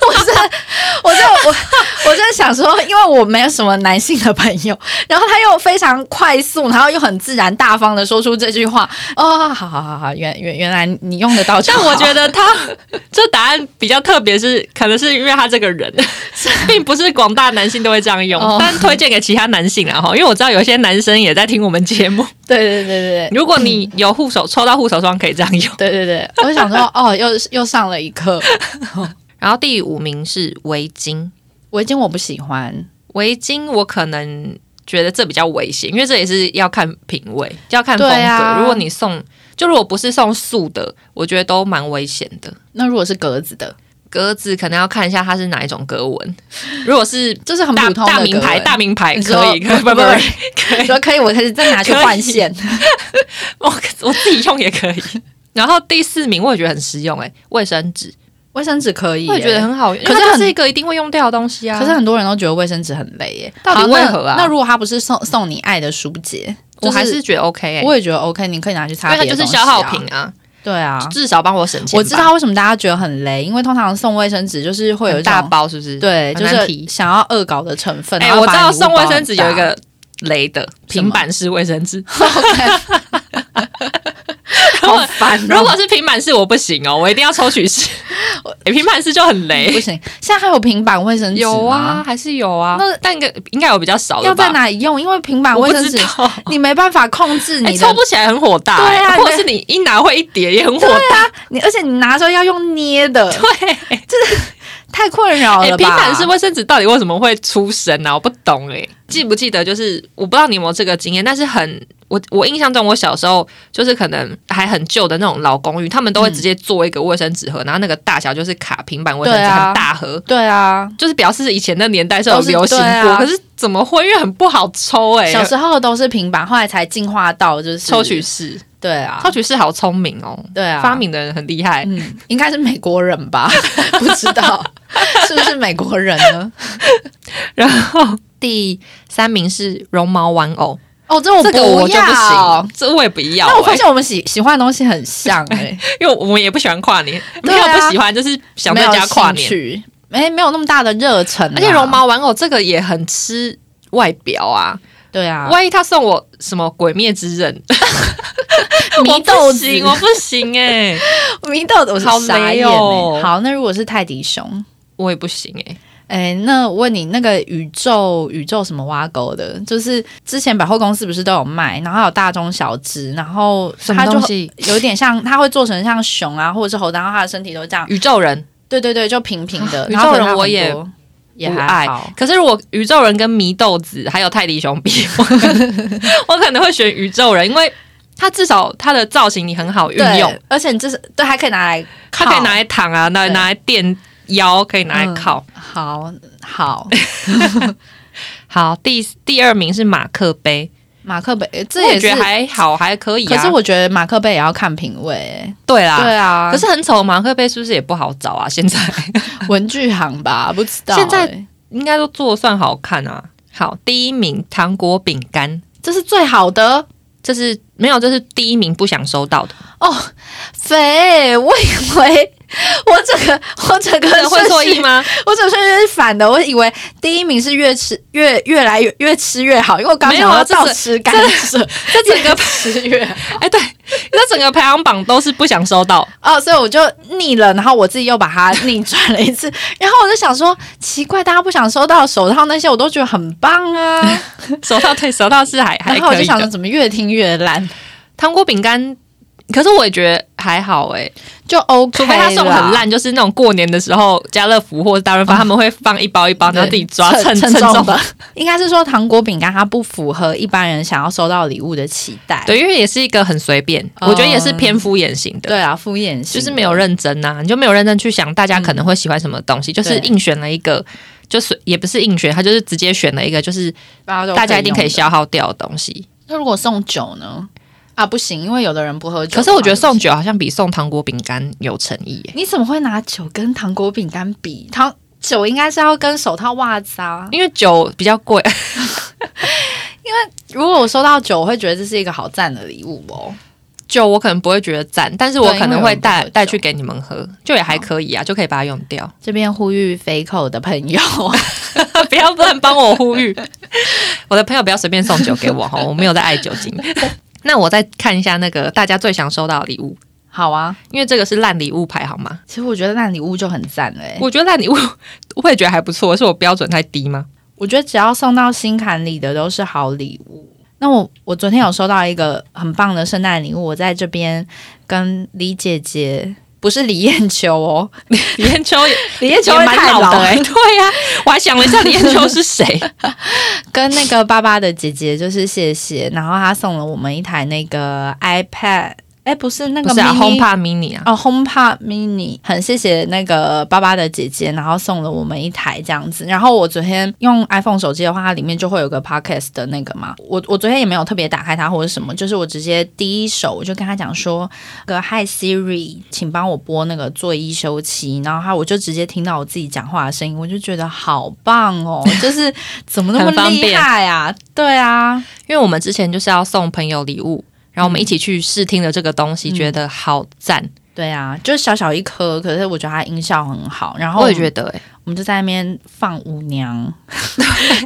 [SPEAKER 1] 我真 的，我就我我真的想说，因为我没有什么男性的朋友，然后他又非常快速，然后又很自然大方的说出这句话。哦，好好好好，原原原来你用得到就
[SPEAKER 2] 但
[SPEAKER 1] 好，
[SPEAKER 2] 我觉 得他这答案比较特别是，可能是因为他这个 人，并不是广大男性都会这样用，
[SPEAKER 1] 哦
[SPEAKER 2] 但推荐给其他男性啦哈，因为我知道有些男生也在听我们节目。
[SPEAKER 1] 对对对对对。
[SPEAKER 2] 如果你有护手抽到护手霜，可以这样用。
[SPEAKER 1] 对对对，我就想说，哦，又又上了一课。
[SPEAKER 2] 然后第五名是围巾，
[SPEAKER 1] 围巾我不喜欢，
[SPEAKER 2] 围巾我可能觉得这比较危险，因为这也是要看品味，要看风格。
[SPEAKER 1] 对啊
[SPEAKER 2] 如果你送，就如果不是送素的，我觉得都蛮危险的。
[SPEAKER 1] 那如果是格子的，
[SPEAKER 2] 格子可能要看一下它是哪一种格纹，如果是
[SPEAKER 1] 就是很
[SPEAKER 2] 大
[SPEAKER 1] 普通的
[SPEAKER 2] 大名
[SPEAKER 1] 格
[SPEAKER 2] 牌，
[SPEAKER 1] 纹
[SPEAKER 2] 大名牌
[SPEAKER 1] 你
[SPEAKER 2] 可
[SPEAKER 1] 说
[SPEAKER 2] 以，可以，不不不，
[SPEAKER 1] 你说可以，我可以再拿去
[SPEAKER 2] 可以
[SPEAKER 1] 换线。
[SPEAKER 2] 我我自己用也可以。然后第四名我也觉得很实用、欸，卫生纸
[SPEAKER 1] 卫生纸可以耶、
[SPEAKER 2] 我也觉得很好用，
[SPEAKER 1] 可是
[SPEAKER 2] 因为它
[SPEAKER 1] 很
[SPEAKER 2] 是一个一定会用掉的东西啊。
[SPEAKER 1] 可是很多人都觉得卫生纸很累耶，
[SPEAKER 2] 到底
[SPEAKER 1] 好那
[SPEAKER 2] 为何啊
[SPEAKER 1] 那如果它不是送送你爱的书籍，
[SPEAKER 2] 我还
[SPEAKER 1] 就是
[SPEAKER 2] 觉得 OK，、欸、
[SPEAKER 1] 我也觉得 OK，你可以拿去
[SPEAKER 2] 因
[SPEAKER 1] 擦、
[SPEAKER 2] 为
[SPEAKER 1] 别
[SPEAKER 2] 它
[SPEAKER 1] 的
[SPEAKER 2] 就是
[SPEAKER 1] 东西
[SPEAKER 2] 消
[SPEAKER 1] 啊
[SPEAKER 2] 耗品。啊，
[SPEAKER 1] 对啊，
[SPEAKER 2] 至少帮我省钱吧。
[SPEAKER 1] 我知道为什么大家觉得很累，因为通常送卫生纸就是会有
[SPEAKER 2] 很
[SPEAKER 1] 一
[SPEAKER 2] 大
[SPEAKER 1] 种
[SPEAKER 2] 包，是不是？
[SPEAKER 1] 对，
[SPEAKER 2] 很
[SPEAKER 1] 就
[SPEAKER 2] 难
[SPEAKER 1] 是
[SPEAKER 2] 提
[SPEAKER 1] 想要恶搞的成分。
[SPEAKER 2] 哎、
[SPEAKER 1] 然后
[SPEAKER 2] 我知
[SPEAKER 1] 把
[SPEAKER 2] 道
[SPEAKER 1] 礼物包
[SPEAKER 2] 送卫生纸
[SPEAKER 1] 很
[SPEAKER 2] 有一
[SPEAKER 1] 大
[SPEAKER 2] 个雷的平板式卫生纸，
[SPEAKER 1] 好烦、
[SPEAKER 2] 哦
[SPEAKER 1] 哦
[SPEAKER 2] 如果是平板式我不行哦，我一定要抽取 式。哎平板式就很雷
[SPEAKER 1] 嗯不，行，现在还有平板卫生纸
[SPEAKER 2] 有啊，
[SPEAKER 1] 吗，
[SPEAKER 2] 还是有啊。
[SPEAKER 1] 那
[SPEAKER 2] 但应该应该有比较少的
[SPEAKER 1] 要
[SPEAKER 2] 吧？
[SPEAKER 1] 在哪里用？因为平板
[SPEAKER 2] 我
[SPEAKER 1] 卫
[SPEAKER 2] 不
[SPEAKER 1] 生
[SPEAKER 2] 知
[SPEAKER 1] 纸
[SPEAKER 2] 道。
[SPEAKER 1] 你没办法控制
[SPEAKER 2] 哎、
[SPEAKER 1] 你的
[SPEAKER 2] 抽不起来很火大、
[SPEAKER 1] 对啊
[SPEAKER 2] 哎
[SPEAKER 1] 你
[SPEAKER 2] 或者是你一拿会一叠也很火大，
[SPEAKER 1] 你而且你拿着要用捏的，
[SPEAKER 2] 对。啊
[SPEAKER 1] 太困扰
[SPEAKER 2] 哎、
[SPEAKER 1] 了吧？
[SPEAKER 2] 平板式卫生纸到底为什么会出生呢、啊？我不懂哎、记不记得？就是我不知道你有没有这个经验，但是很我我印象中，我小时候就是可能还很旧的那种老公寓，他们都会直接做一个卫生纸盒，然后那个大小就是卡平板卫生纸，
[SPEAKER 1] 对啊
[SPEAKER 2] 很大盒。
[SPEAKER 1] 对啊，
[SPEAKER 2] 就是表示以前的年代是有
[SPEAKER 1] 都是
[SPEAKER 2] 流行过，
[SPEAKER 1] 对啊
[SPEAKER 2] 可是怎么会？因为很不好抽哎、
[SPEAKER 1] 小时候都是平板，后来才进化到就是
[SPEAKER 2] 抽取，式，
[SPEAKER 1] 对啊
[SPEAKER 2] 抽，取式好聪明哦，
[SPEAKER 1] 对啊，
[SPEAKER 2] 发，明的人很厉害。
[SPEAKER 1] 嗯，应该是美国人吧？ 不知道 是不是美国 人呢？
[SPEAKER 2] 然后第三名是绒毛玩偶，
[SPEAKER 1] 哦，这我
[SPEAKER 2] 这个我就不
[SPEAKER 1] 要
[SPEAKER 2] 行，。这我也不要、欸。
[SPEAKER 1] 那我发现我们喜喜欢的东西很像哎、
[SPEAKER 2] 因为我们也不喜欢跨年，没
[SPEAKER 1] 对啊
[SPEAKER 2] 有不喜欢，就是 想在家跨
[SPEAKER 1] 没有兴
[SPEAKER 2] 年。
[SPEAKER 1] 趣哎，没有那么大的热忱啦。啊
[SPEAKER 2] 而且绒毛玩偶这个也很吃外表啊，
[SPEAKER 1] 对啊，
[SPEAKER 2] 万一他送我什么《鬼灭之 刃》，
[SPEAKER 1] 迷
[SPEAKER 2] 我
[SPEAKER 1] 豆
[SPEAKER 2] 不
[SPEAKER 1] 子，
[SPEAKER 2] 行，我不行哎、
[SPEAKER 1] 迷豆子，我是
[SPEAKER 2] 好
[SPEAKER 1] 傻
[SPEAKER 2] 雷
[SPEAKER 1] 眼、
[SPEAKER 2] 哦
[SPEAKER 1] 欸。好，那如果是泰迪熊，
[SPEAKER 2] 我也不行哎、
[SPEAKER 1] 哎，那我问你那个宇宙宇宙什么挖沟的，就是之前百货公司不是都有卖，然后还有大中小只，然后它就
[SPEAKER 2] 西？
[SPEAKER 1] 有点像，它会做成像熊啊或者是猴子，然后它的身体都这样，
[SPEAKER 2] 宇宙人。
[SPEAKER 1] 对对对，就平平的。
[SPEAKER 2] 啊宇宙
[SPEAKER 1] 然后可能
[SPEAKER 2] 人我
[SPEAKER 1] 很
[SPEAKER 2] 也
[SPEAKER 1] 多也
[SPEAKER 2] 不
[SPEAKER 1] 还
[SPEAKER 2] 爱
[SPEAKER 1] 好，
[SPEAKER 2] 可是如果宇宙人跟祢豆子还有泰迪 熊比，我可能我可能会选宇宙人，因为它至少它的造型你很好运
[SPEAKER 1] 对
[SPEAKER 2] 用，，
[SPEAKER 1] 而且你这是对还可以拿来
[SPEAKER 2] 它
[SPEAKER 1] 靠，
[SPEAKER 2] 可以拿来躺啊，拿
[SPEAKER 1] 对嗯
[SPEAKER 2] 拿来垫腰，可以拿来靠。
[SPEAKER 1] 好好
[SPEAKER 2] 好，第第二名是马克杯，
[SPEAKER 1] 马克杯，诶这
[SPEAKER 2] 我
[SPEAKER 1] 也
[SPEAKER 2] 也觉
[SPEAKER 1] 是
[SPEAKER 2] 得还好，还可以啊。
[SPEAKER 1] 可是我觉得马克杯也要看品味、欸
[SPEAKER 2] 对啦，
[SPEAKER 1] 对啊，
[SPEAKER 2] 可是很丑的马克杯是不是也不好找啊？现在
[SPEAKER 1] 文具行吧，不知道、
[SPEAKER 2] 现在
[SPEAKER 1] 欸
[SPEAKER 2] 应该都做得算好看啊。好，第一名糖果饼干，
[SPEAKER 1] 这是最好的
[SPEAKER 2] 这是没有，这是第一名不想 收到的。
[SPEAKER 1] 肥，我以为 我整个我整个
[SPEAKER 2] 这个会错
[SPEAKER 1] 顺序
[SPEAKER 2] 意？吗？
[SPEAKER 1] 我整个顺序是反的，我以为第一名是越吃越越来越越吃越好，因为我刚
[SPEAKER 2] 没
[SPEAKER 1] 想
[SPEAKER 2] 有啊
[SPEAKER 1] 要
[SPEAKER 2] 这
[SPEAKER 1] 倒
[SPEAKER 2] 是
[SPEAKER 1] 吃甘蔗，
[SPEAKER 2] 这 整个
[SPEAKER 1] 吃越好
[SPEAKER 2] 哎，对，那整个排行榜都是不想收到。
[SPEAKER 1] 哦，所以我就逆了，然后我自己又把它逆转了一次， 然后我就想说，奇怪，大家不想收到手套那些，我都觉得很棒啊，
[SPEAKER 2] 收到对，收到是 还还
[SPEAKER 1] 然后我
[SPEAKER 2] 可
[SPEAKER 1] 就
[SPEAKER 2] 以
[SPEAKER 1] 想说，
[SPEAKER 2] 的。
[SPEAKER 1] 怎么越听越烂，
[SPEAKER 2] 糖果饼干，可是我也觉得还好哎、
[SPEAKER 1] 就 OK，
[SPEAKER 2] 除非他送
[SPEAKER 1] 啦
[SPEAKER 2] 很烂，就是那种过年的时候家乐福或者大润发、他们会放一包一包，然后自己抓
[SPEAKER 1] 啊对
[SPEAKER 2] 称
[SPEAKER 1] 称
[SPEAKER 2] 重
[SPEAKER 1] 重的。 应该是说糖果饼干它不符合一般人想要收到礼物的期待。
[SPEAKER 2] 对，因为也是一个很随便，
[SPEAKER 1] 嗯
[SPEAKER 2] 我觉得也是偏敷衍型的。
[SPEAKER 1] 对啊，敷衍型
[SPEAKER 2] 就是没有认真呐、你就没有认真去想大家可能会喜欢什么东
[SPEAKER 1] 嗯
[SPEAKER 2] 西，就是硬选了一个，就是也不是硬选，他就是直接选了一个，就是
[SPEAKER 1] 大家
[SPEAKER 2] 大家一定可以
[SPEAKER 1] 笑。
[SPEAKER 2] 消耗掉的东西。
[SPEAKER 1] 那如果送酒呢？啊，不行，因为有的人不喝酒。
[SPEAKER 2] 可是我觉得送酒好像比送糖果饼干有诚意耶，
[SPEAKER 1] 你怎么会拿酒跟糖果饼干比？糖酒应该是要跟手套、袜子啊。
[SPEAKER 2] 因为酒比较贵。
[SPEAKER 1] 如果我收到酒，我会觉得这是一个好赞的礼物哦。
[SPEAKER 2] 酒我可能不会觉得赞，但是我
[SPEAKER 1] 对
[SPEAKER 2] 可能
[SPEAKER 1] 因为
[SPEAKER 2] 会
[SPEAKER 1] 有人不喝
[SPEAKER 2] 带
[SPEAKER 1] 酒
[SPEAKER 2] 带去给你们喝，就也
[SPEAKER 1] 哦
[SPEAKER 2] 还可以啊，就可以把它用掉。
[SPEAKER 1] 这边呼吁肥口的朋友，
[SPEAKER 2] 不要乱帮我呼吁， 我的朋友不要随便送酒给我哈，我没有在爱酒精。 那我再看一下那个大家最想收到的礼物，
[SPEAKER 1] 好啊。
[SPEAKER 2] 因为这个是烂礼物牌好吗？
[SPEAKER 1] 其实我觉得烂礼物就很赞欸嘞、
[SPEAKER 2] 我觉得烂礼物我也觉得还不错，是我标准太低 吗？
[SPEAKER 1] 我觉得只要送到心坎里的都是好礼物。那我我昨天有收到一个很棒的圣诞礼物，我在这边跟李姐姐，不是李艳秋哦，
[SPEAKER 2] 李艳秋也
[SPEAKER 1] 李艳秋
[SPEAKER 2] 也
[SPEAKER 1] 会
[SPEAKER 2] 蛮
[SPEAKER 1] 太
[SPEAKER 2] 老
[SPEAKER 1] 老
[SPEAKER 2] 的
[SPEAKER 1] 了
[SPEAKER 2] 哎、对呀、我还想了一下李艳秋是 谁，
[SPEAKER 1] 跟那个爸爸的姐姐就是谢谢，然后她送了我们一台那个 iPad，哎，不是那
[SPEAKER 2] 不
[SPEAKER 1] 个
[SPEAKER 2] 是啊
[SPEAKER 1] mini-
[SPEAKER 2] HomePod Mini 啊，
[SPEAKER 1] 哦，HomePod Mini，很谢谢那个爸爸的姐姐，然后送了我们一台这样子。然后我昨天用 iPhone 手机的话，它里面就会有个 Podcast 的那个嘛。我我昨天也没有特别打开它或者什么，就是我直接第一手我就跟他讲说，那个 Hi Siri，请帮我播那个做一休七。然后他我就直接听到我自己讲话的声音，我就觉得好棒哦，就是 怎么那
[SPEAKER 2] 很
[SPEAKER 1] 么
[SPEAKER 2] 方
[SPEAKER 1] 厉
[SPEAKER 2] 便
[SPEAKER 1] 害啊？对啊，
[SPEAKER 2] 因为我们之前就是要送朋友礼物，然后我们一起去试听了这个东西，觉得好赞，
[SPEAKER 1] 对啊，就是小小一颗，可是我觉得它音效很好。然后
[SPEAKER 2] 我也觉得哎、
[SPEAKER 1] 我们就在那边放舞娘，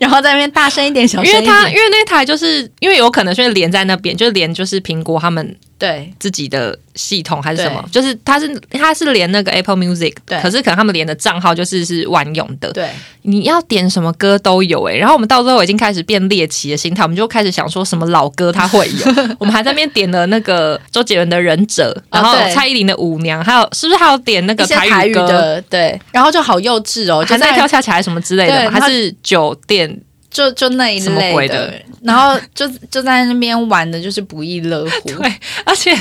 [SPEAKER 1] 然后在那边大声一点，小声
[SPEAKER 2] 因
[SPEAKER 1] 一
[SPEAKER 2] 为
[SPEAKER 1] 点。
[SPEAKER 2] 它因为那台就是因为有可能是连在那边，就是连就是苹果他们
[SPEAKER 1] 对
[SPEAKER 2] 自己的系统还是
[SPEAKER 1] 对
[SPEAKER 2] 什么，就是它是它是连那个 Apple Music，
[SPEAKER 1] 对
[SPEAKER 2] 可是可能他们连的账号就是是万用的，
[SPEAKER 1] 对，
[SPEAKER 2] 你要点什么歌都有欸诶、然后我们到最后已经开始变猎奇的心态，我们就开始想说什么老歌它会 有，我们还在那边点了那个周杰伦的《忍者》，然后
[SPEAKER 1] 哦对
[SPEAKER 2] 蔡依林的《舞娘》，还有是不是还有点那
[SPEAKER 1] 一
[SPEAKER 2] 个
[SPEAKER 1] 些台
[SPEAKER 2] 台
[SPEAKER 1] 语
[SPEAKER 2] 歌？啊
[SPEAKER 1] 的，对，然后就好幼稚哦，就
[SPEAKER 2] 还在
[SPEAKER 1] 在
[SPEAKER 2] 跳恰恰还是什么之类的
[SPEAKER 1] 对
[SPEAKER 2] 吗，
[SPEAKER 1] 然后
[SPEAKER 2] 还是酒店
[SPEAKER 1] 就就那一
[SPEAKER 2] 什么
[SPEAKER 1] 类
[SPEAKER 2] 鬼
[SPEAKER 1] 的
[SPEAKER 2] 的，
[SPEAKER 1] 然后就就在那边玩的，就是不亦乐乎。
[SPEAKER 2] 对，而且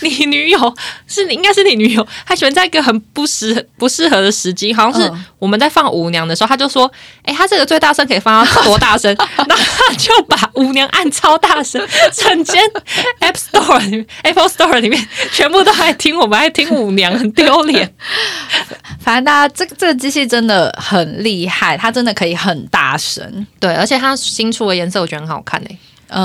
[SPEAKER 2] 你女友是你，应该是你女友，她选在一个很不适不适合的时机，好像是
[SPEAKER 1] 嗯
[SPEAKER 2] 我们在放舞娘的时候，她就说：“哎、她这个最大声可以放到多大声？” 然后她就把舞娘按超大声，整间 App Store 里面 Apple Store 里面全部都在听我们在听舞娘，很丢 脸。
[SPEAKER 1] 反正大家这这个机器真的很厉害，它真的可以很大声。
[SPEAKER 2] 对，而且它新出的颜色我觉得很好看诶、欸嗯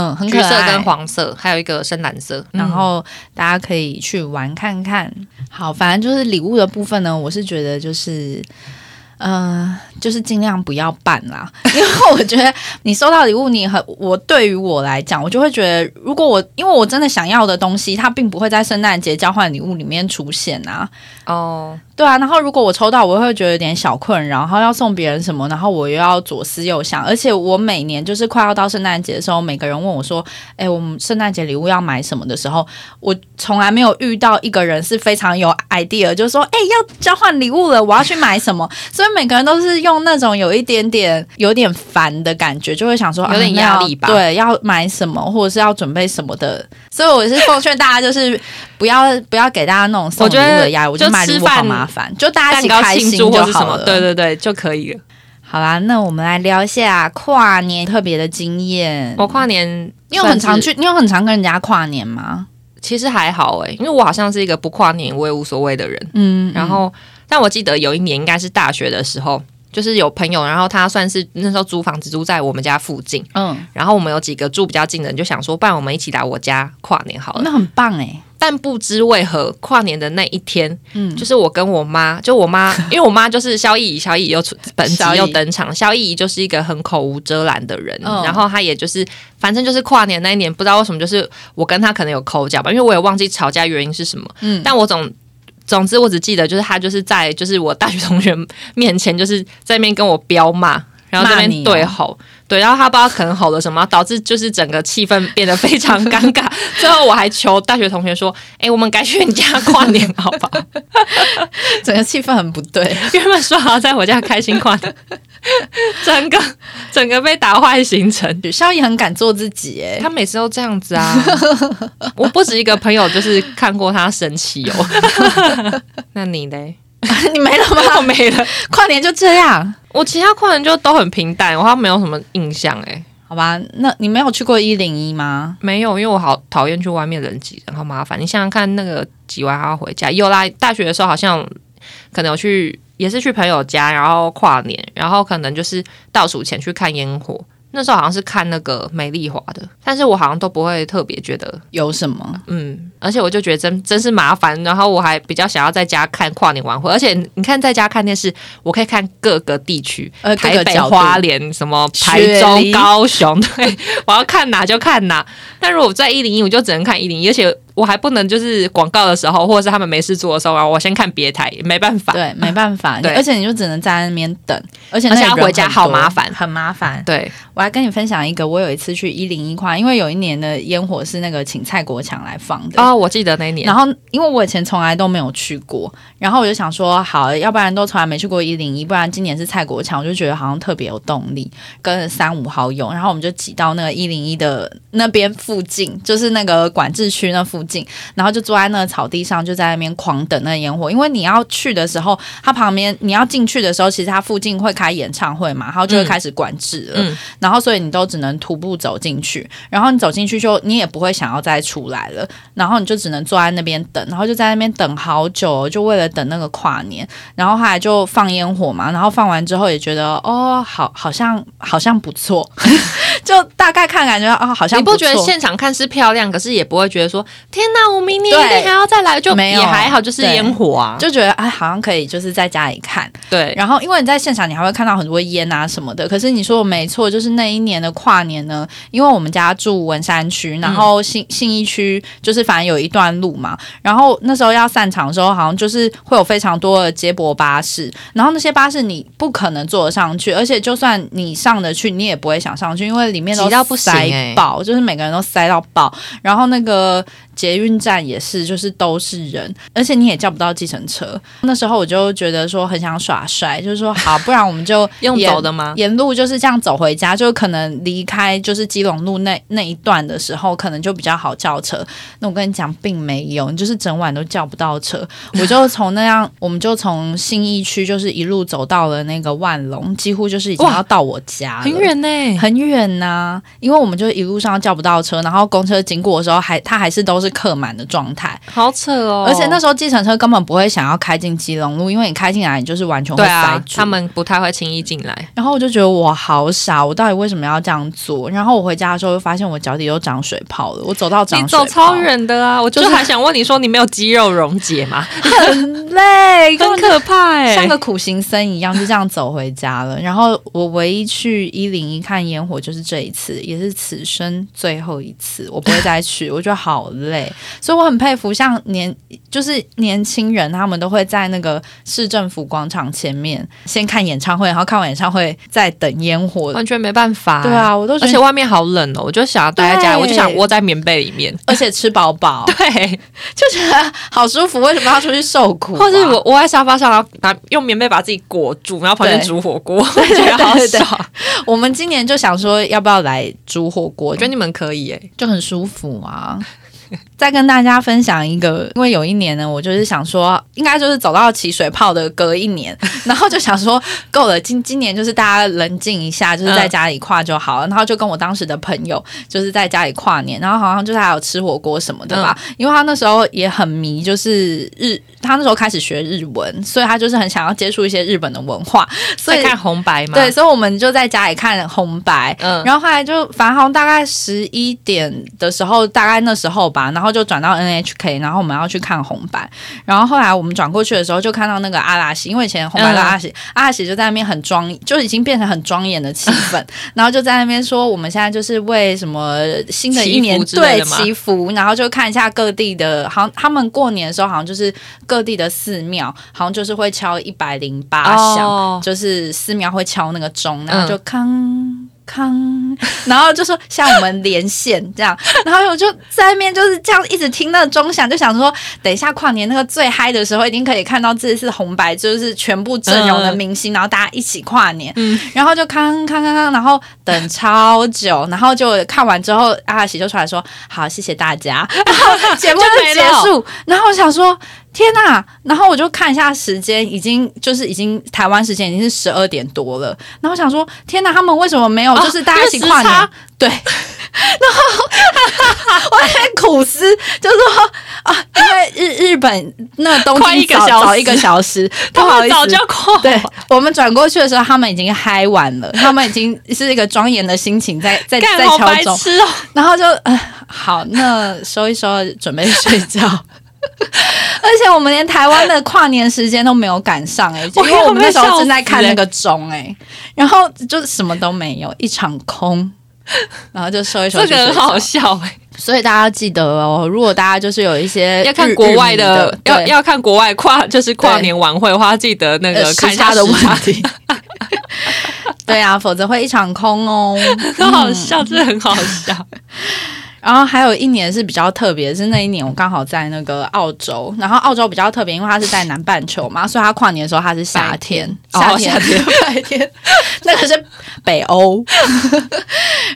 [SPEAKER 1] 嗯，很
[SPEAKER 2] 橘
[SPEAKER 1] 可
[SPEAKER 2] 色
[SPEAKER 1] 爱
[SPEAKER 2] 跟。黄色，还有一个深蓝色。
[SPEAKER 1] 然后大家可以去玩看看。好，反正就是礼物的部分呢，我是觉得就是。呃，就是尽量不要办啦， 因为我觉得你收到礼物，你很我对于我来讲，我就会觉得，如果我因为我真的想要的东西，它并不会在圣诞节交换礼物里面出现啊，
[SPEAKER 2] 哦，
[SPEAKER 1] 对啊，然后如果我抽到，我会觉得有点小困扰，然后要送别人什么，然后我又要左思右想，而且我每年就是快要到圣诞节的时候，每个人问我说：“哎，我们圣诞节礼物要买什么？”的时候，我从来没有遇到一个人是非常有 idea，就是说：“哎，要交换礼物了，我要去买什么？”所以每个人都是用那种有一点点、有点烦的感觉，就会想说
[SPEAKER 2] 有点
[SPEAKER 1] 啊那
[SPEAKER 2] 压
[SPEAKER 1] 要
[SPEAKER 2] 力吧
[SPEAKER 1] 对，要买什么或者是要准备什么的。所以我是奉劝大家，就是不要不要给大家那种送礼物的压力，我
[SPEAKER 2] 我
[SPEAKER 1] 觉得
[SPEAKER 2] 觉得
[SPEAKER 1] 买礼物
[SPEAKER 2] 就吃
[SPEAKER 1] 好
[SPEAKER 2] 饭
[SPEAKER 1] 麻烦，就大家一
[SPEAKER 2] 蛋
[SPEAKER 1] 起
[SPEAKER 2] 糕
[SPEAKER 1] 开
[SPEAKER 2] 庆
[SPEAKER 1] 心
[SPEAKER 2] 祝或
[SPEAKER 1] 就是
[SPEAKER 2] 什
[SPEAKER 1] 好
[SPEAKER 2] 么，
[SPEAKER 1] 了。
[SPEAKER 2] 对，对对，就可以了。
[SPEAKER 1] 好啦，那我们来聊一下跨年特别的经验。
[SPEAKER 2] 我跨年
[SPEAKER 1] 你有很
[SPEAKER 2] 哦算
[SPEAKER 1] 常
[SPEAKER 2] 是，
[SPEAKER 1] 去，你有很常跟人家跨年吗？
[SPEAKER 2] 其实还好哎、因为我好像是一个不跨年我也无所谓的人。
[SPEAKER 1] 嗯，
[SPEAKER 2] 然后，但我记得有一年应该是大学的时候，就是有朋友，然后他算是那时候租房子租在我们家附近，
[SPEAKER 1] 嗯，
[SPEAKER 2] 然后我们有几个住比较近的人，就想说，不然我们一起来我家跨年好了。
[SPEAKER 1] 那很棒哎、
[SPEAKER 2] 但不知为何，跨年的那一天，
[SPEAKER 1] 嗯
[SPEAKER 2] 就是我跟我妈，就我妈，因为我妈就是萧逸怡，萧逸怡又出本集
[SPEAKER 1] 萧逸
[SPEAKER 2] 又登场，萧逸怡就是一个很口无遮拦的人，
[SPEAKER 1] 嗯
[SPEAKER 2] 然后她也就是，反正就是跨年那一年，不知道为什么，就是我跟她可能有口角吧，因为我也忘记吵架原因是什么，
[SPEAKER 1] 嗯
[SPEAKER 2] 但我总。总之，我只记得就是她就是在就是我大学同学面前，就是在那边跟我彪骂，然后这
[SPEAKER 1] 骂你
[SPEAKER 2] 边
[SPEAKER 1] 哦
[SPEAKER 2] 对吼，对，然后她不知道可能吼了什么，导致就是整个气氛变得非常尴 尬。最后我还求大学同学说：“哎、我们改去你家跨年好不好？”
[SPEAKER 1] 整个气氛很不对。
[SPEAKER 2] 原本说好要在我家开心跨年， 整个整个被打坏行程。
[SPEAKER 1] 肖也很敢做自己哎、
[SPEAKER 2] 他每次都这样子 啊！我不止一个朋友，就是看过他生气哦。 那你嘞？
[SPEAKER 1] 你没了吗？
[SPEAKER 2] 我没了。
[SPEAKER 1] 跨年就这样，
[SPEAKER 2] 我其他跨年就都很平淡，我好像没有什么印象哎、
[SPEAKER 1] 好吧？那你没有去过一零一吗？
[SPEAKER 2] 没有，因为我好讨厌去外面人挤人，好麻烦。你想想看，那个挤完还要回家。有啦，大学的时候好像可能有去，也是去朋友家，然后跨年，然后可能就是倒数前去看烟火。那时候好像是看那个美丽华的，但是我好像都不会特别觉得，
[SPEAKER 1] 有什么？
[SPEAKER 2] 嗯，而且我就觉得真真是麻烦，然后我还比较想要在家看跨年晚会，而且你看在家看电视，我可以看各个地区，
[SPEAKER 1] 呃各
[SPEAKER 2] 台
[SPEAKER 1] 个
[SPEAKER 2] 北、
[SPEAKER 1] 角度
[SPEAKER 2] 花莲、什么台
[SPEAKER 1] 雪梨
[SPEAKER 2] 中、高雄，对，我要看哪就看哪。但如果我在一零一，我就只能看一零一，而且我还不能就是广告的时候，或者是他们没事做的时候，然后我先看别台，没办法。
[SPEAKER 1] 对，没办法，你
[SPEAKER 2] 对
[SPEAKER 1] 而且你就只能在那边等，而且
[SPEAKER 2] 而且
[SPEAKER 1] 那
[SPEAKER 2] 要
[SPEAKER 1] 里人
[SPEAKER 2] 回家
[SPEAKER 1] 很
[SPEAKER 2] 好
[SPEAKER 1] 多
[SPEAKER 2] 麻烦
[SPEAKER 1] 很麻烦。
[SPEAKER 2] 对，
[SPEAKER 1] 我来跟你分享一个，我有一次去一零一跨，因为有一年的烟火是那个请蔡国强来放的。
[SPEAKER 2] 哦，我记得那一年
[SPEAKER 1] 然，后，因为我以前从来都没有去过，然后我就想说，好，要不然都从来没去过一零一，不然今年是蔡国强，我就觉得好像特别有动力，跟着三五好友，然后我们就挤到那个一零一的那边附近，就是那个管制区那附近，然后就坐在那个草地上，就在那边狂等那个烟火，因为你要去的时候，它旁边你要进去的时候，其实它附近会开演唱会嘛，然后就会
[SPEAKER 2] 嗯
[SPEAKER 1] 开始管制了。
[SPEAKER 2] 嗯，
[SPEAKER 1] 然后所以你都只能徒步走进去，然后你走进去就你也不会想要再出来了，然后你就只能坐在那边等，然后就在那边等好久哦、就为了等那个跨年，然后后来就放烟火嘛，然后放完之后也觉得哦，好好像好像不 错，就大概看感觉哦，好像
[SPEAKER 2] 你不
[SPEAKER 1] 不
[SPEAKER 2] 觉得
[SPEAKER 1] 错
[SPEAKER 2] 现场看是漂亮，可是也不会觉得说天哪，我明年一定还要再来，就
[SPEAKER 1] 没有
[SPEAKER 2] 也还好，就是
[SPEAKER 1] 对
[SPEAKER 2] 烟火啊，
[SPEAKER 1] 就觉得哎，好像可以就是在家里看，
[SPEAKER 2] 对，
[SPEAKER 1] 然后因为你在现场，你还会看到很多烟啊什么的。可是你说的没错，就是那一年的跨年呢，因为我们家住文山区，然后信信义区就是反正有一段路嘛。然后那时候要散场的时候，好像就是会有非常多的接驳巴士，然后那些巴士你不可能坐得上去，而且就算你上得去，你也不会想上去，因为里面都
[SPEAKER 2] 挤到不行
[SPEAKER 1] 塞
[SPEAKER 2] 欸
[SPEAKER 1] 爆，就是每个人都塞到爆。然后那个捷运站也是，就是都是人，而且你也叫不到计程车。那时候我就觉得说很想耍帅，就是说好，不然我们就
[SPEAKER 2] 用
[SPEAKER 1] 沿
[SPEAKER 2] 走的吗？
[SPEAKER 1] 沿路就是这样走回家，就可能离开就是基隆路那那一段的时候，可能就比较好叫车。那我跟你讲，并没有，你就是整晚都叫不到车。我就从那样，我们就从信义区就是一路走到了那个万隆，几乎就是已经
[SPEAKER 2] 哇啊
[SPEAKER 1] 要到我家了，
[SPEAKER 2] 很远呢、
[SPEAKER 1] 很远呐、啊，因为我们就一路上叫不到车，然后公车经过的时候还它还是都是客满的状态，
[SPEAKER 2] 好扯哦！
[SPEAKER 1] 而且那时候计程车根本不会想要开进基隆路，因为你开进来你就是完全会
[SPEAKER 2] 对
[SPEAKER 1] 塞
[SPEAKER 2] 啊，
[SPEAKER 1] 住。
[SPEAKER 2] 他们不太会轻易进来。
[SPEAKER 1] 然后我就觉得我好傻，我到底为什么要这样做？然后我回家的时候就发现我脚底都长水泡了，我走到长
[SPEAKER 2] 你
[SPEAKER 1] 水泡
[SPEAKER 2] 走超远的啊！我就
[SPEAKER 1] 就是
[SPEAKER 2] 还想问你说，你没有肌肉溶解吗？
[SPEAKER 1] 很 欸累，根
[SPEAKER 2] 很
[SPEAKER 1] 本
[SPEAKER 2] 可怕哎、
[SPEAKER 1] 像个苦行僧一样就这样走回家了。然后我唯一去一零一看烟火就是这一次，也是此生最后一次，我不会再去，我觉得好累。所以我很佩服像年就是年轻人，他们都会在那个市政府广场前面先看演唱会，然后看完演唱会再等烟火。
[SPEAKER 2] 完全没办法、
[SPEAKER 1] 对，啊，我都觉
[SPEAKER 2] 而且
[SPEAKER 1] 得，
[SPEAKER 2] 外面好冷哦，我就想要待在家
[SPEAKER 1] 对
[SPEAKER 2] 里，我就想窝在棉被里面。
[SPEAKER 1] 而且吃饱饱
[SPEAKER 2] 对，
[SPEAKER 1] 就觉得好舒服，为什么要出去受苦啊、
[SPEAKER 2] 或是我窝在沙发上，然后把用棉被把自己裹住，然后旁边
[SPEAKER 1] 对
[SPEAKER 2] 煮火锅，我 觉得好
[SPEAKER 1] 对对
[SPEAKER 2] 爽。
[SPEAKER 1] 我们今年就想说要不要来煮火锅，
[SPEAKER 2] 我觉得你们可以哎、
[SPEAKER 1] 就很舒服啊。 再跟大家分享一个，因为有一年呢，我就是想说，应该就是走到起水泡的隔一年， 然后就想说够了，今今年就是大家冷静一下，就是在家里跨就好了。然后就跟我当时的朋友就是在家里跨年，然后好像就是还有吃火锅什么的吧，因为他那时候也很迷，就是日，他那时候开始学日文，所以他就是很想要接触一些日本的文化，所以
[SPEAKER 2] 在看红白吗？
[SPEAKER 1] 对，，所以我们就在家里看红白，
[SPEAKER 2] 嗯，
[SPEAKER 1] 然后后来就反正好像大概十一点的时候，大概那时候吧，然后就转到 NHK，然后我们要去看红白。然后后来我们转过去的时候，就看到那个阿拉西，因为以前红白
[SPEAKER 2] 嗯
[SPEAKER 1] 的阿拉西，阿拉西就在那边很庄，就已经变成很庄严的气 氛，然后就在那边说我们现在就是为什么新的一年
[SPEAKER 2] 祈福之类
[SPEAKER 1] 对
[SPEAKER 2] 的吗
[SPEAKER 1] 祈福，然后就看一下各地的，好像他们过年的时候好像就是各地的寺庙，好像就是会敲一百零八响。
[SPEAKER 2] 哦，嗯
[SPEAKER 1] 就是寺庙会敲那个钟，然后就康。康， 然后就说像我们连线这样，然后我就在那边就是这样一直听那个钟响，就想说等一下跨年那个最嗨的时候，一定可以看到这次红白就是全部阵容的明星，然后大家一起跨年，
[SPEAKER 2] 嗯
[SPEAKER 1] 然后就康康康康，然后等超久，然后就看完之后，阿拉西就出来说好谢谢大家，然后节目就结束，然后我想说天呐！然后我就看一下时间，已经就是已经台湾时间已经是十二点多了。然后我想说，天呐，他们为什么没有
[SPEAKER 2] 哦
[SPEAKER 1] 就是大家一起跨
[SPEAKER 2] 因为时
[SPEAKER 1] 年？
[SPEAKER 2] 差
[SPEAKER 1] 对。 然后我在那边苦思，就说啊，因为日日本那东
[SPEAKER 2] 快一
[SPEAKER 1] 京
[SPEAKER 2] 个
[SPEAKER 1] 早
[SPEAKER 2] 小时
[SPEAKER 1] 早一个小时，不
[SPEAKER 2] 他
[SPEAKER 1] 好
[SPEAKER 2] 们
[SPEAKER 1] 意思，
[SPEAKER 2] 早就过
[SPEAKER 1] 对我们转过去的时候，他们已经嗨完了，他们已经是一个庄严的心情在在在
[SPEAKER 2] 干好
[SPEAKER 1] 敲
[SPEAKER 2] 白
[SPEAKER 1] 钟，
[SPEAKER 2] 痴哦，
[SPEAKER 1] 然后就、呃、好，那收一收，准备睡觉。 而且我们连台湾的跨年时间都没有赶上哎、因
[SPEAKER 2] 我
[SPEAKER 1] 为我们那时
[SPEAKER 2] 要被
[SPEAKER 1] 候
[SPEAKER 2] 笑
[SPEAKER 1] 正在看
[SPEAKER 2] 死欸
[SPEAKER 1] 那个钟哎、然后就什么都没有，一场空，然后就收一收
[SPEAKER 2] 这个
[SPEAKER 1] 就睡
[SPEAKER 2] 很
[SPEAKER 1] 觉
[SPEAKER 2] 好笑哎、
[SPEAKER 1] 所以大家要记得哦，如果大家就是有一些
[SPEAKER 2] 要看
[SPEAKER 1] 日
[SPEAKER 2] 国外
[SPEAKER 1] 日迷
[SPEAKER 2] 的，
[SPEAKER 1] 的
[SPEAKER 2] 要
[SPEAKER 1] 对
[SPEAKER 2] 要看国外跨就是跨年晚会的话，记得那
[SPEAKER 1] 呃
[SPEAKER 2] 个
[SPEAKER 1] 时
[SPEAKER 2] 看一下
[SPEAKER 1] 差的
[SPEAKER 2] 时
[SPEAKER 1] 问
[SPEAKER 2] 差，
[SPEAKER 1] 题。 对啊，否则会一场空哦。
[SPEAKER 2] 很好笑，真的很好笑。
[SPEAKER 1] 然后还有一年是比较特别，是那一年我刚好在那个澳洲，然后澳洲比较特别，因为它是在南半球嘛，所以它跨年的时候它是夏天，天、
[SPEAKER 2] 白天哦夏
[SPEAKER 1] 天白天， 那个是北欧。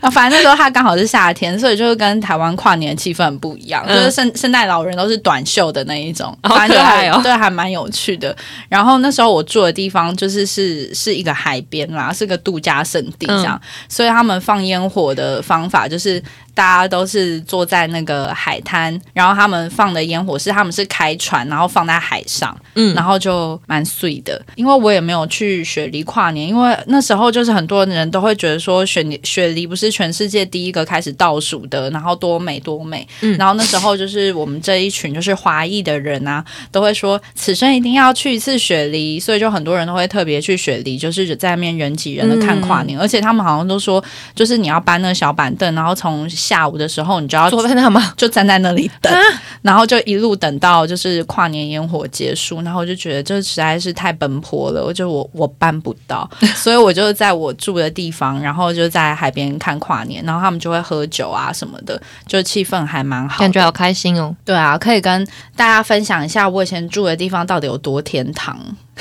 [SPEAKER 1] 啊反正那时候它刚好是夏天，所以就是跟台湾跨年的气氛很不一样，
[SPEAKER 2] 嗯
[SPEAKER 1] 就是圣圣诞老人都是短袖的那一种，
[SPEAKER 2] 好
[SPEAKER 1] 反正就
[SPEAKER 2] 可爱哦
[SPEAKER 1] 还对，还蛮有趣的。然后那时候我住的地方就是是是一个海边啦，是个度假胜地
[SPEAKER 2] 嗯
[SPEAKER 1] 这样，所以他们放烟火的方法就是大家都是坐在那个海滩，然后他们放的烟火是他们是开船，然后放在海上，
[SPEAKER 2] 嗯
[SPEAKER 1] 然后就蛮碎的。因为我也没有去雪梨跨年，因为那时候就是很多人都会觉得说雪梨雪梨不是全世界第一个开始倒数的，然后多美多美，
[SPEAKER 2] 嗯
[SPEAKER 1] 然后那时候就是我们这一群就是华裔的人啊，都会说此生一定要去一次雪梨，所以就很多人都会特别去雪梨，就是在那边人挤人的看跨
[SPEAKER 2] 嗯
[SPEAKER 1] 年，而且他们好像都说，就是你要搬那个小板凳，然后从下午的时候你就要
[SPEAKER 2] 坐在那 吗？啊
[SPEAKER 1] 就站在那里等，然后就一路等到就是跨年烟火结束，然后我就觉得这实在是太奔波了，我就我我办不到， 所以我就在我住的地方，然后就在海边看跨年，然后他们就会喝酒啊什么的，就气氛还蛮好的，
[SPEAKER 2] 感觉好开心哦。
[SPEAKER 1] 对啊，可以跟大家分享一下我以前住的地方到底有多天堂。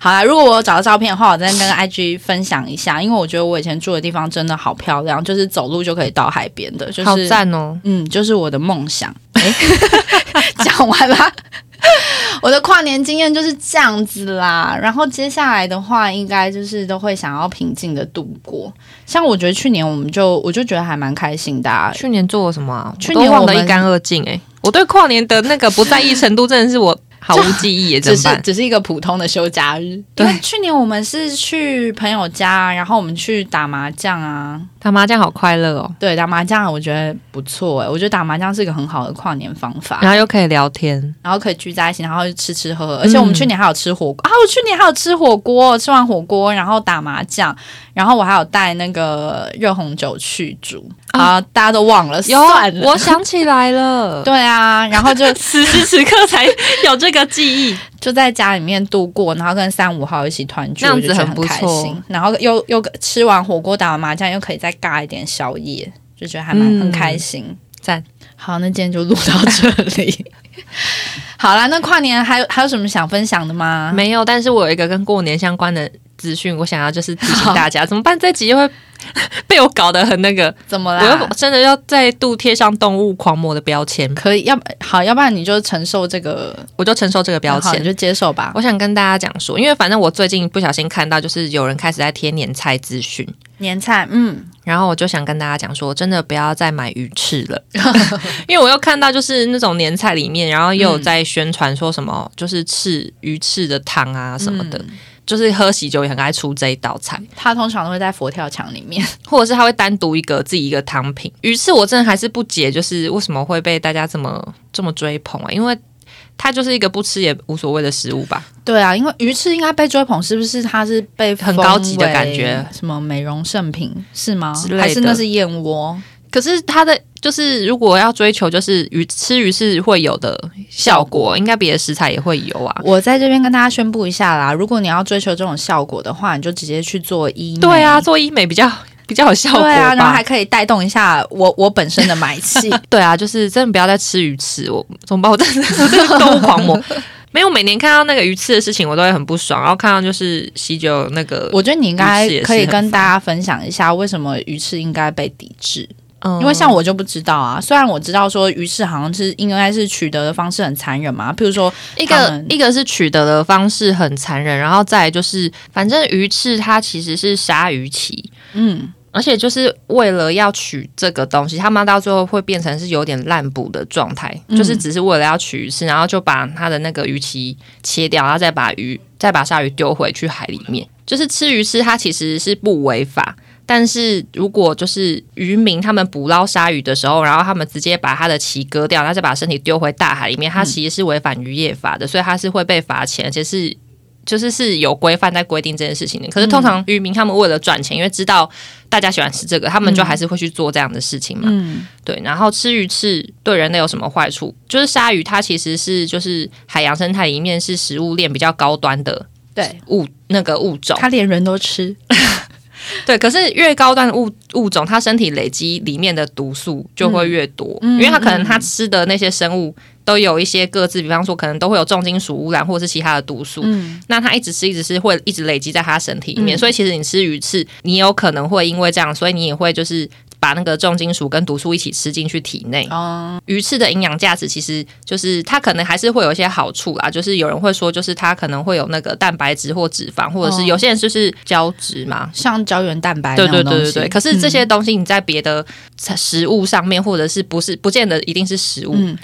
[SPEAKER 1] 好啦，如果我有找到照片的话，我再跟 IG 分享一下，因为我觉得我以前住的地方真的好漂亮，就是走路就可以到海边的，就
[SPEAKER 2] 好
[SPEAKER 1] 是
[SPEAKER 2] 赞哦！
[SPEAKER 1] 嗯，就是我的梦想。诶 讲完啦，我的跨年经验就是这样子啦。然后接下来的话，应该就是都会想要平静的度过。像我觉得去年我们就我就觉得还蛮开心的、啊，
[SPEAKER 2] 哎去年做了什么、啊？
[SPEAKER 1] 去年
[SPEAKER 2] 我都忘
[SPEAKER 1] 我
[SPEAKER 2] 得
[SPEAKER 1] 们
[SPEAKER 2] 一干二净哎、我对跨年的那个不在意程度真的是我毫无记 忆耶，怎
[SPEAKER 1] 只
[SPEAKER 2] 么
[SPEAKER 1] 是
[SPEAKER 2] 办？
[SPEAKER 1] 只是一个普通的休假日。
[SPEAKER 2] 对
[SPEAKER 1] 因为去年我们是去朋友家，然后我们去打麻将啊。
[SPEAKER 2] 打麻将好快乐哦，
[SPEAKER 1] 对，打麻将我觉得不错哎、我觉得打麻将是一个很好的跨年方法，
[SPEAKER 2] 然后又可以聊天，
[SPEAKER 1] 然后可以聚在一起，然后吃吃喝喝。而且
[SPEAKER 2] 嗯
[SPEAKER 1] 我们去年还有吃火锅、啊，我去年还有吃火锅，吃完火锅然后打麻将，然后我还有带那个热红酒去煮啊、大家都忘了，
[SPEAKER 2] 有啊
[SPEAKER 1] 算了。
[SPEAKER 2] 我想起来了，
[SPEAKER 1] 对啊，然后就
[SPEAKER 2] 此时此刻才有这个记忆，
[SPEAKER 1] 就在家里面度过，然后跟三五好友一起团聚，
[SPEAKER 2] 那样
[SPEAKER 1] 我就
[SPEAKER 2] 子
[SPEAKER 1] 觉得
[SPEAKER 2] 很不
[SPEAKER 1] 开
[SPEAKER 2] 错
[SPEAKER 1] 心。然后又又吃完火锅打完麻将，又可以再尬一点宵夜，就觉得还蛮、
[SPEAKER 2] 嗯
[SPEAKER 1] 很开心。
[SPEAKER 2] 赞！
[SPEAKER 1] 好，那今天就录到这里。 好啦，那跨年还有还有什么想分享的吗？
[SPEAKER 2] 没有，但是我有一个跟过年相关的资讯，我想要就是提 醒大家，怎么办？这集又会被我搞得很那个，
[SPEAKER 1] 怎么
[SPEAKER 2] 我又
[SPEAKER 1] 啦？
[SPEAKER 2] 真的要再度贴上动物狂魔的标签，
[SPEAKER 1] 可以，要不好，要不然你就承受这个
[SPEAKER 2] 我就承受这个标
[SPEAKER 1] 好
[SPEAKER 2] 签
[SPEAKER 1] 你。就接受吧。
[SPEAKER 2] 我想跟大家讲说，因为反正我最近不小心看到，就是有人开始在贴年菜资讯，
[SPEAKER 1] 年菜，嗯，
[SPEAKER 2] 然后我就想跟大家讲说，真的不要再买鱼翅 了， 因为我又看到就是那种年菜里面，然后又有在宣传说什么、就是翅鱼翅的汤啊什么的，
[SPEAKER 1] 嗯
[SPEAKER 2] 就是喝喜酒也很爱出这一道菜，
[SPEAKER 1] 它通常都会在佛跳墙里面。
[SPEAKER 2] 或者是他会单独一个自己一个汤品。鱼翅我真的还是不解，就是为什么会被大家这么这么追捧啊？因为它就是一个不吃也无所谓的食物吧。
[SPEAKER 1] 对啊，因为鱼翅应该被追捧，是不是？它是被
[SPEAKER 2] 很
[SPEAKER 1] 封
[SPEAKER 2] 高级的
[SPEAKER 1] 为
[SPEAKER 2] 感觉
[SPEAKER 1] 什么美容圣品是吗
[SPEAKER 2] 之类？的
[SPEAKER 1] 还是那是燕窝？
[SPEAKER 2] 可是它的就是，如果要追求就是鱼吃鱼是会有的效果，应该别的食材也会有啊。
[SPEAKER 1] 我在这边跟大家宣布一下啦，如果你要追求这种效果的话，你就直接去做医美。
[SPEAKER 2] 对啊，，做医美比较比较有效果吧。
[SPEAKER 1] 嗯对啊，然后还可以带动一下我我本身的买气。
[SPEAKER 2] 对啊，就是真的不要再吃鱼翅，我怎么办？我真的我真的动物狂 魔。没有，每年看到那个鱼翅的事情，我都会很不爽。然后看到就是喜酒那个，
[SPEAKER 1] 我觉得你应该
[SPEAKER 2] 鱼翅也是
[SPEAKER 1] 可以跟
[SPEAKER 2] 很
[SPEAKER 1] 大家分享一下，为什么鱼翅应该被抵制。
[SPEAKER 2] 嗯
[SPEAKER 1] 因为像我就不知道啊，虽然我知道说鱼翅好像是应该是取得的方式很残忍嘛，譬如说
[SPEAKER 2] 一
[SPEAKER 1] 他
[SPEAKER 2] 个
[SPEAKER 1] 们
[SPEAKER 2] 一个是取得的方式很残忍，然后再来就是，反正鱼翅它其实是鲨鱼鳍，
[SPEAKER 1] 嗯，
[SPEAKER 2] 而且就是为了要取这个东西，他们到最后会变成是有点滥捕的状态，
[SPEAKER 1] 嗯
[SPEAKER 2] 就是只是为了要取鱼翅，然后就把它的那个鱼鳍切掉，然后再把鱼再把鲨鱼丢回去海里面。就是吃鱼翅，它其实是不违法。但是如果就是渔民他们捕捞鲨鱼的时候，然后他们直接把它的鳍割掉，然后再把身体丢回大海里面，它其实是违反渔业法的，所以它是会被罚钱，而且是就是是有规范在规定这件事情的。可是通常渔民他们为了赚钱，因为知道大家喜欢吃这个，他们就还是会去做这样的事情嘛。
[SPEAKER 1] 嗯
[SPEAKER 2] 对，然后吃鱼翅对人类有什么坏处？就是鲨鱼它其实是就是海洋生态里面是食物链比较高端的
[SPEAKER 1] 对，
[SPEAKER 2] 物那个物种。
[SPEAKER 1] 他连人都吃，
[SPEAKER 2] 对，可是越高端的物物种，它身体累积里面的毒素就会越多，
[SPEAKER 1] 嗯
[SPEAKER 2] 因为它可能它吃的那些生物都有一些各自，比方说可能都会有重金属污染或者是其他的毒素。
[SPEAKER 1] 嗯，
[SPEAKER 2] 那它一直吃，一直吃，会一直累积在它身体里面，
[SPEAKER 1] 嗯
[SPEAKER 2] 所以其实你吃鱼翅，你有可能会因为这样，所以你也会就是把那个重金属跟毒素一起吃进去体内。
[SPEAKER 1] 哦，
[SPEAKER 2] 鱼翅的营养价值其实就是它可能还是会有一些好处啦，就是有人会说，就是它可能会有那个蛋白质或脂肪，或者是
[SPEAKER 1] 哦
[SPEAKER 2] 有些人就是胶质嘛，
[SPEAKER 1] 像胶原蛋白
[SPEAKER 2] 对
[SPEAKER 1] 那
[SPEAKER 2] 对
[SPEAKER 1] 种
[SPEAKER 2] 对
[SPEAKER 1] 东
[SPEAKER 2] 对
[SPEAKER 1] 西，嗯
[SPEAKER 2] 对。可是这些东西你在别的食物上面，或者是不是不见得一定是食物，
[SPEAKER 1] 嗯，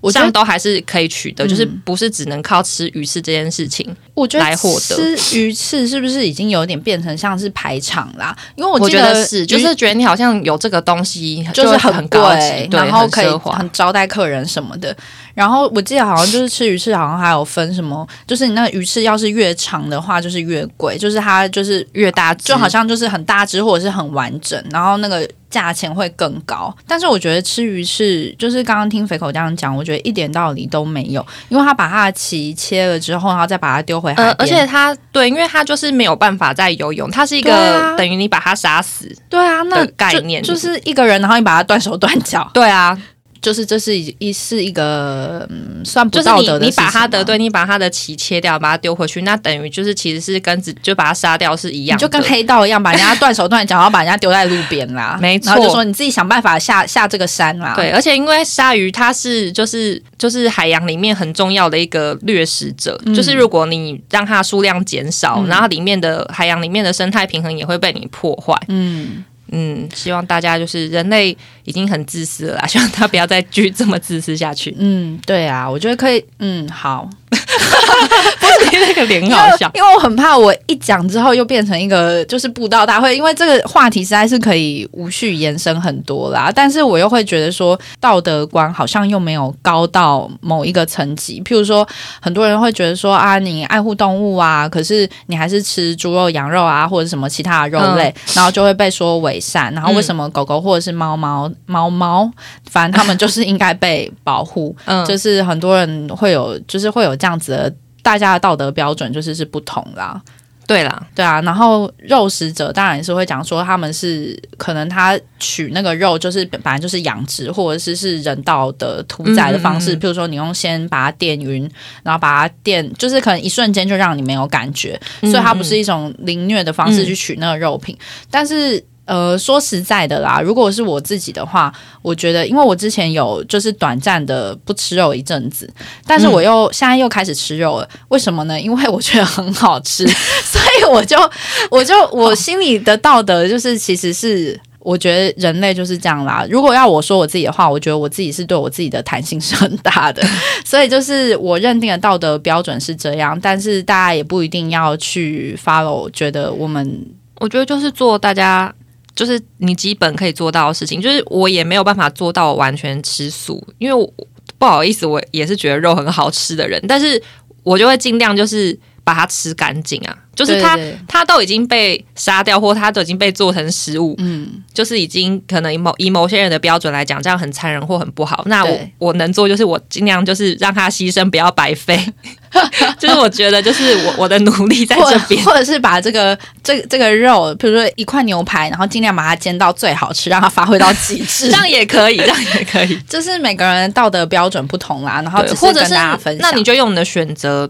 [SPEAKER 1] 我觉
[SPEAKER 2] 上
[SPEAKER 1] 得嗯
[SPEAKER 2] 都还是可以取得，就是不是只能靠吃鱼翅这件事情。
[SPEAKER 1] 我觉得
[SPEAKER 2] 来获得
[SPEAKER 1] 吃鱼翅是不是已经有点变成像是排场啦？因为我
[SPEAKER 2] 我
[SPEAKER 1] 记
[SPEAKER 2] 觉得是，就
[SPEAKER 1] 鱼
[SPEAKER 2] 是觉得你好像有这个东西，
[SPEAKER 1] 就是
[SPEAKER 2] 很
[SPEAKER 1] 很
[SPEAKER 2] 高
[SPEAKER 1] 贵
[SPEAKER 2] 级，，对，
[SPEAKER 1] 然后可以
[SPEAKER 2] 很奢华。
[SPEAKER 1] 很招待客人什么的。然后我记得好像就是吃鱼翅，好像还有分什么，就是你那个鱼翅要是越长的话，就是越贵，就是它就是
[SPEAKER 2] 越大只
[SPEAKER 1] 就好像就是很大只或者是很完整，然后那个价钱会更高。但是我觉得吃鱼翅，就是刚刚听肥口这样讲，我觉得一点道理都没有，因为他把它的鳍切了之后，然后再把它丢回海
[SPEAKER 2] 呃
[SPEAKER 1] 边，，
[SPEAKER 2] 而且它对，因为它就是没有办法再游泳，它是一个、
[SPEAKER 1] 对啊
[SPEAKER 2] 等于你把它杀死。
[SPEAKER 1] 对啊，那
[SPEAKER 2] 的概
[SPEAKER 1] 就
[SPEAKER 2] 念
[SPEAKER 1] 就是一个人，然后你把它断手断脚，
[SPEAKER 2] 对啊，
[SPEAKER 1] 就是这是一一是一个嗯算不
[SPEAKER 2] 就是
[SPEAKER 1] 道德
[SPEAKER 2] 你
[SPEAKER 1] 的
[SPEAKER 2] 你
[SPEAKER 1] 事情啊
[SPEAKER 2] 把它的
[SPEAKER 1] 吗
[SPEAKER 2] 对，你把它的鳍切掉，把它丢回去，那等于就是其实是跟只就把它杀掉是一
[SPEAKER 1] 你
[SPEAKER 2] 样的，
[SPEAKER 1] 就跟黑道一样，把人家断手断脚，然后把人家丢在路边啦
[SPEAKER 2] 。没错
[SPEAKER 1] 然后就说你自己想办法下下这个山啦。
[SPEAKER 2] 对，，而且因为鲨鱼它是就是就是海洋里面很重要的一个掠食者，
[SPEAKER 1] 嗯
[SPEAKER 2] 就是如果你让它数量减少，
[SPEAKER 1] 嗯
[SPEAKER 2] 然后里面的海洋里面的生态平衡也会被你破坏。
[SPEAKER 1] 嗯，。
[SPEAKER 2] 嗯，希望大家就是人类已经很自私了啦，希 望他不要再继续这么自私下去
[SPEAKER 1] 嗯，对啊，我觉得可以，嗯，好，
[SPEAKER 2] 不是那个脸很 好笑，
[SPEAKER 1] 因为因为我很怕我一讲之后又变成一个就是布道大会，因为这个话题实在是可以无序延伸很多啦。但是我又会觉得说，道德观好像又没有高到某一个层级。譬如说，很多人会觉得说啊，你爱护动物啊，可是你还是吃猪肉、羊肉啊，或者什么其他的肉类，
[SPEAKER 2] 嗯
[SPEAKER 1] 然后就会被说伪善。然后为什么狗狗或者是猫猫、猫猫，反正它们就是应该被保护？
[SPEAKER 2] 嗯，
[SPEAKER 1] 就是很多人会有，就是会有这样子的，大家的道德标准就是是不同啦，
[SPEAKER 2] 对啦，
[SPEAKER 1] 对啊。然后肉食者当然也是会讲说他们是可能他取那个肉就是本来就是养殖或者是是人道的屠宰的方式，
[SPEAKER 2] 嗯嗯嗯
[SPEAKER 1] 譬如说你用先把它电晕，然后把它电，就是可能一瞬间就让你没有感觉，所以它
[SPEAKER 2] 嗯
[SPEAKER 1] 不是一种凌虐的方式去取那个肉品。但是呃，说实在的啦，如果是我自己的话，我觉得，因为我之前有就是短暂的不吃肉一阵子，但是我又、现在又开始吃肉了，为什么呢？因为我觉得很好吃， 所以我就我就我心里的道德就是其实是。我觉得人类就是这样啦。如果要我说我自己的话，我觉得我自己是对我自己的弹性是很大的，所以就是我认定的道德标准是这样，但是大家也不一定要去 follow。觉得我们
[SPEAKER 2] 我觉得就是做大家。就是你基本可以做到的事情，就是我也没有办法做到完全吃素，因为我不好意思，我也是觉得肉很好吃的人，但是我就会尽量就是把它吃干净啊，就是它
[SPEAKER 1] 对对对
[SPEAKER 2] 它都已经被杀掉，或它都已经被做成食物，
[SPEAKER 1] 嗯，
[SPEAKER 2] 就是已经可能以某以某些人的标准来讲，这样很残忍或很不好。那我
[SPEAKER 1] 对
[SPEAKER 2] 我能做就是我尽量就是让它牺牲，不要白费。 就是我觉得就是我我的努力在
[SPEAKER 1] 或
[SPEAKER 2] 这
[SPEAKER 1] 者
[SPEAKER 2] 边，
[SPEAKER 1] 或者是把这个这这个肉，比如说一块牛排，然后尽量把它煎到最好吃，让它发挥到极致
[SPEAKER 2] 这。样也可以，这样也可以。
[SPEAKER 1] 就是每个人道德标准不同啦，然后
[SPEAKER 2] 对
[SPEAKER 1] 只
[SPEAKER 2] 或
[SPEAKER 1] 跟
[SPEAKER 2] 者
[SPEAKER 1] 大
[SPEAKER 2] 是
[SPEAKER 1] 家分享。
[SPEAKER 2] 那你就用你的选择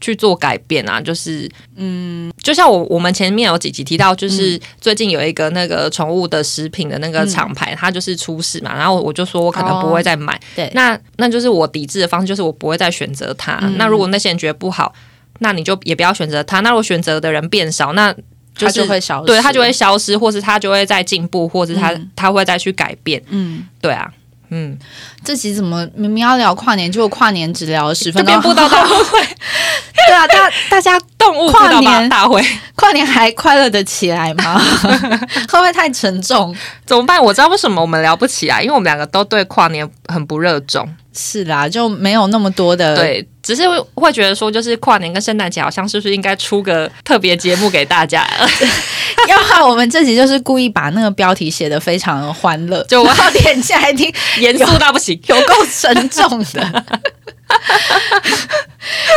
[SPEAKER 2] 去做改变啊，就是嗯，就像我我们前面有几集提到，
[SPEAKER 1] 嗯
[SPEAKER 2] 就是最近有一个那个宠物的食品的那个厂牌，它就是出事嘛，然后我就说我可能不会再买，
[SPEAKER 1] 哦对
[SPEAKER 2] 那那就是我抵制的方式，就是我不会再选择它。
[SPEAKER 1] 嗯
[SPEAKER 2] 那如果那些人觉得不好，那你就也不要选择它。那如果选择的人变少，那就
[SPEAKER 1] 它
[SPEAKER 2] 是
[SPEAKER 1] 就会消失，
[SPEAKER 2] 对它就会消失，或是它就会再进步，或是它、它会再去改变。
[SPEAKER 1] 嗯。
[SPEAKER 2] 对啊，嗯，
[SPEAKER 1] 这集怎么明明要聊跨年，结果跨年只聊了十
[SPEAKER 2] 这
[SPEAKER 1] 分
[SPEAKER 2] 边
[SPEAKER 1] 钟？
[SPEAKER 2] 不到大会，
[SPEAKER 1] 对啊，大大家
[SPEAKER 2] 动物
[SPEAKER 1] 跨
[SPEAKER 2] 不到
[SPEAKER 1] 年
[SPEAKER 2] 大会。
[SPEAKER 1] 跨年还快乐的起来 吗？会不会太沉重？
[SPEAKER 2] 怎么办？我知道为什么我们聊不起来，啊因为我们两个都对跨年很不热衷。
[SPEAKER 1] 是啦，就没有那么多的
[SPEAKER 2] 对，只是会会觉得说，就是跨年跟圣诞节好像是不是应该出个特别节目给大家？
[SPEAKER 1] 要不然我们这集就是故意把那个标题写得非常的欢乐，
[SPEAKER 2] 就
[SPEAKER 1] 我要点进来听，
[SPEAKER 2] 严肃到不行。
[SPEAKER 1] 有够沉重 的。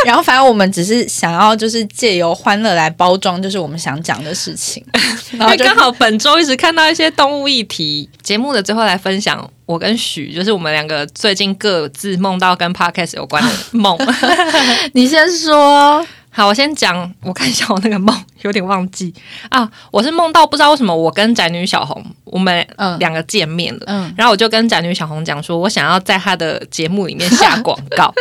[SPEAKER 1] 然后，反正我们只是想要，就是借由欢乐来包装，就是我们想讲的事 情。然
[SPEAKER 2] 因
[SPEAKER 1] 后
[SPEAKER 2] 为
[SPEAKER 1] 就
[SPEAKER 2] 哎刚好本周一直看到一些动物议题，节目的最后来分享我跟许，就是我们两个最近各自梦到跟 podcast 有关的 梦。
[SPEAKER 1] 你先说，
[SPEAKER 2] 好，我先讲，我看一下我那个梦，有点忘记啊。我是梦到不知道为什么我跟宅女小红我们
[SPEAKER 1] 嗯
[SPEAKER 2] 两个见面了，
[SPEAKER 1] 嗯，
[SPEAKER 2] 然后我就跟宅女小红讲说，我想要在她的节目里面下广 告，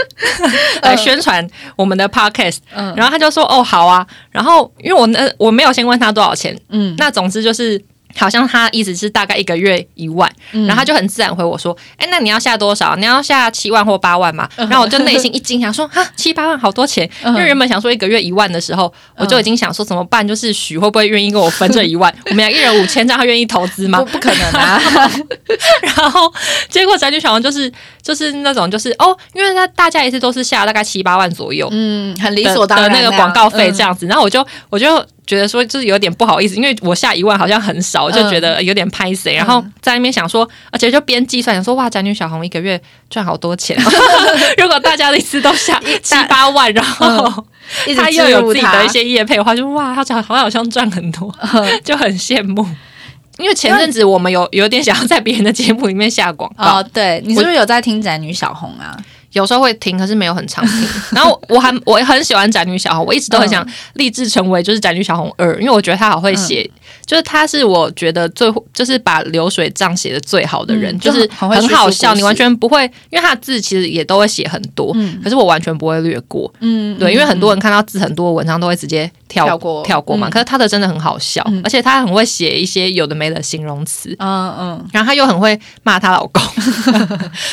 [SPEAKER 2] 来宣传我们的 podcast。
[SPEAKER 1] 嗯
[SPEAKER 2] 然后她就说：“哦，好啊。”然后因为我呢，我没有先问她多少钱，
[SPEAKER 1] 嗯，
[SPEAKER 2] 那总之就是。好像她意思是大概一个月一万，
[SPEAKER 1] 嗯
[SPEAKER 2] 然后她就很自然回我说：“哎、那你要下多少？你要下七万或八万嘛？”然后我就内心一惊，想说：“ 哈，七八万好多钱！”
[SPEAKER 1] 嗯
[SPEAKER 2] 因为原本想说一个月一万的时候，我就已经想说怎么办，就是许会不会愿意跟我分这 一万？我们俩一人五千，这样他愿意投资吗
[SPEAKER 1] 不？不可能 啊，
[SPEAKER 2] 然后结果宅女小王就是就是那种就是哦，因为他大家一次都是下大概七八万左右的，
[SPEAKER 1] 嗯，很理所当然
[SPEAKER 2] 的那
[SPEAKER 1] 啊
[SPEAKER 2] 个广告费这样子，然后我就我就觉得说就是有点不好意思，因为我下一万好像很少，我就觉
[SPEAKER 1] 嗯
[SPEAKER 2] 得有点拍谁、然后在那边想说，而且就边计算想说哇，宅女小红一个月赚好多钱，啊 如果大家的一次都下七八万，然后
[SPEAKER 1] 嗯一直
[SPEAKER 2] 他又
[SPEAKER 1] 植入
[SPEAKER 2] 有自己
[SPEAKER 1] 它
[SPEAKER 2] 的一些业配的话，就哇，他好像好像赚很多，就很羡慕。因为前阵子我们有有点想要在别人的节目里面下广告，
[SPEAKER 1] 哦，对，你是不是有在听宅女小红啊？
[SPEAKER 2] 有时候会听，可是没有很常听。然后我还我很喜欢宅女小红，我一直都很
[SPEAKER 1] 嗯
[SPEAKER 2] 想立志成为就是宅女小红二，因为我觉得她好会写，就是她是我觉得最就是把流水账写的最好的人，
[SPEAKER 1] 嗯
[SPEAKER 2] 就是
[SPEAKER 1] 就很很会
[SPEAKER 2] 很
[SPEAKER 1] 叙述
[SPEAKER 2] 好
[SPEAKER 1] 故
[SPEAKER 2] 笑，你
[SPEAKER 1] 事
[SPEAKER 2] 完全不会，因为她的字其实也都会写很多，
[SPEAKER 1] 嗯
[SPEAKER 2] 可是我完全不会略过。
[SPEAKER 1] 嗯
[SPEAKER 2] 对，因为很多人看到字很多的文章都会直接跳
[SPEAKER 1] 跳过
[SPEAKER 2] 跳过嘛，
[SPEAKER 1] 嗯
[SPEAKER 2] 可是她的真的很好笑，
[SPEAKER 1] 嗯
[SPEAKER 2] 而且她很会写一些有的没的形容词，
[SPEAKER 1] 嗯嗯，
[SPEAKER 2] 然后她又很会骂她老 公，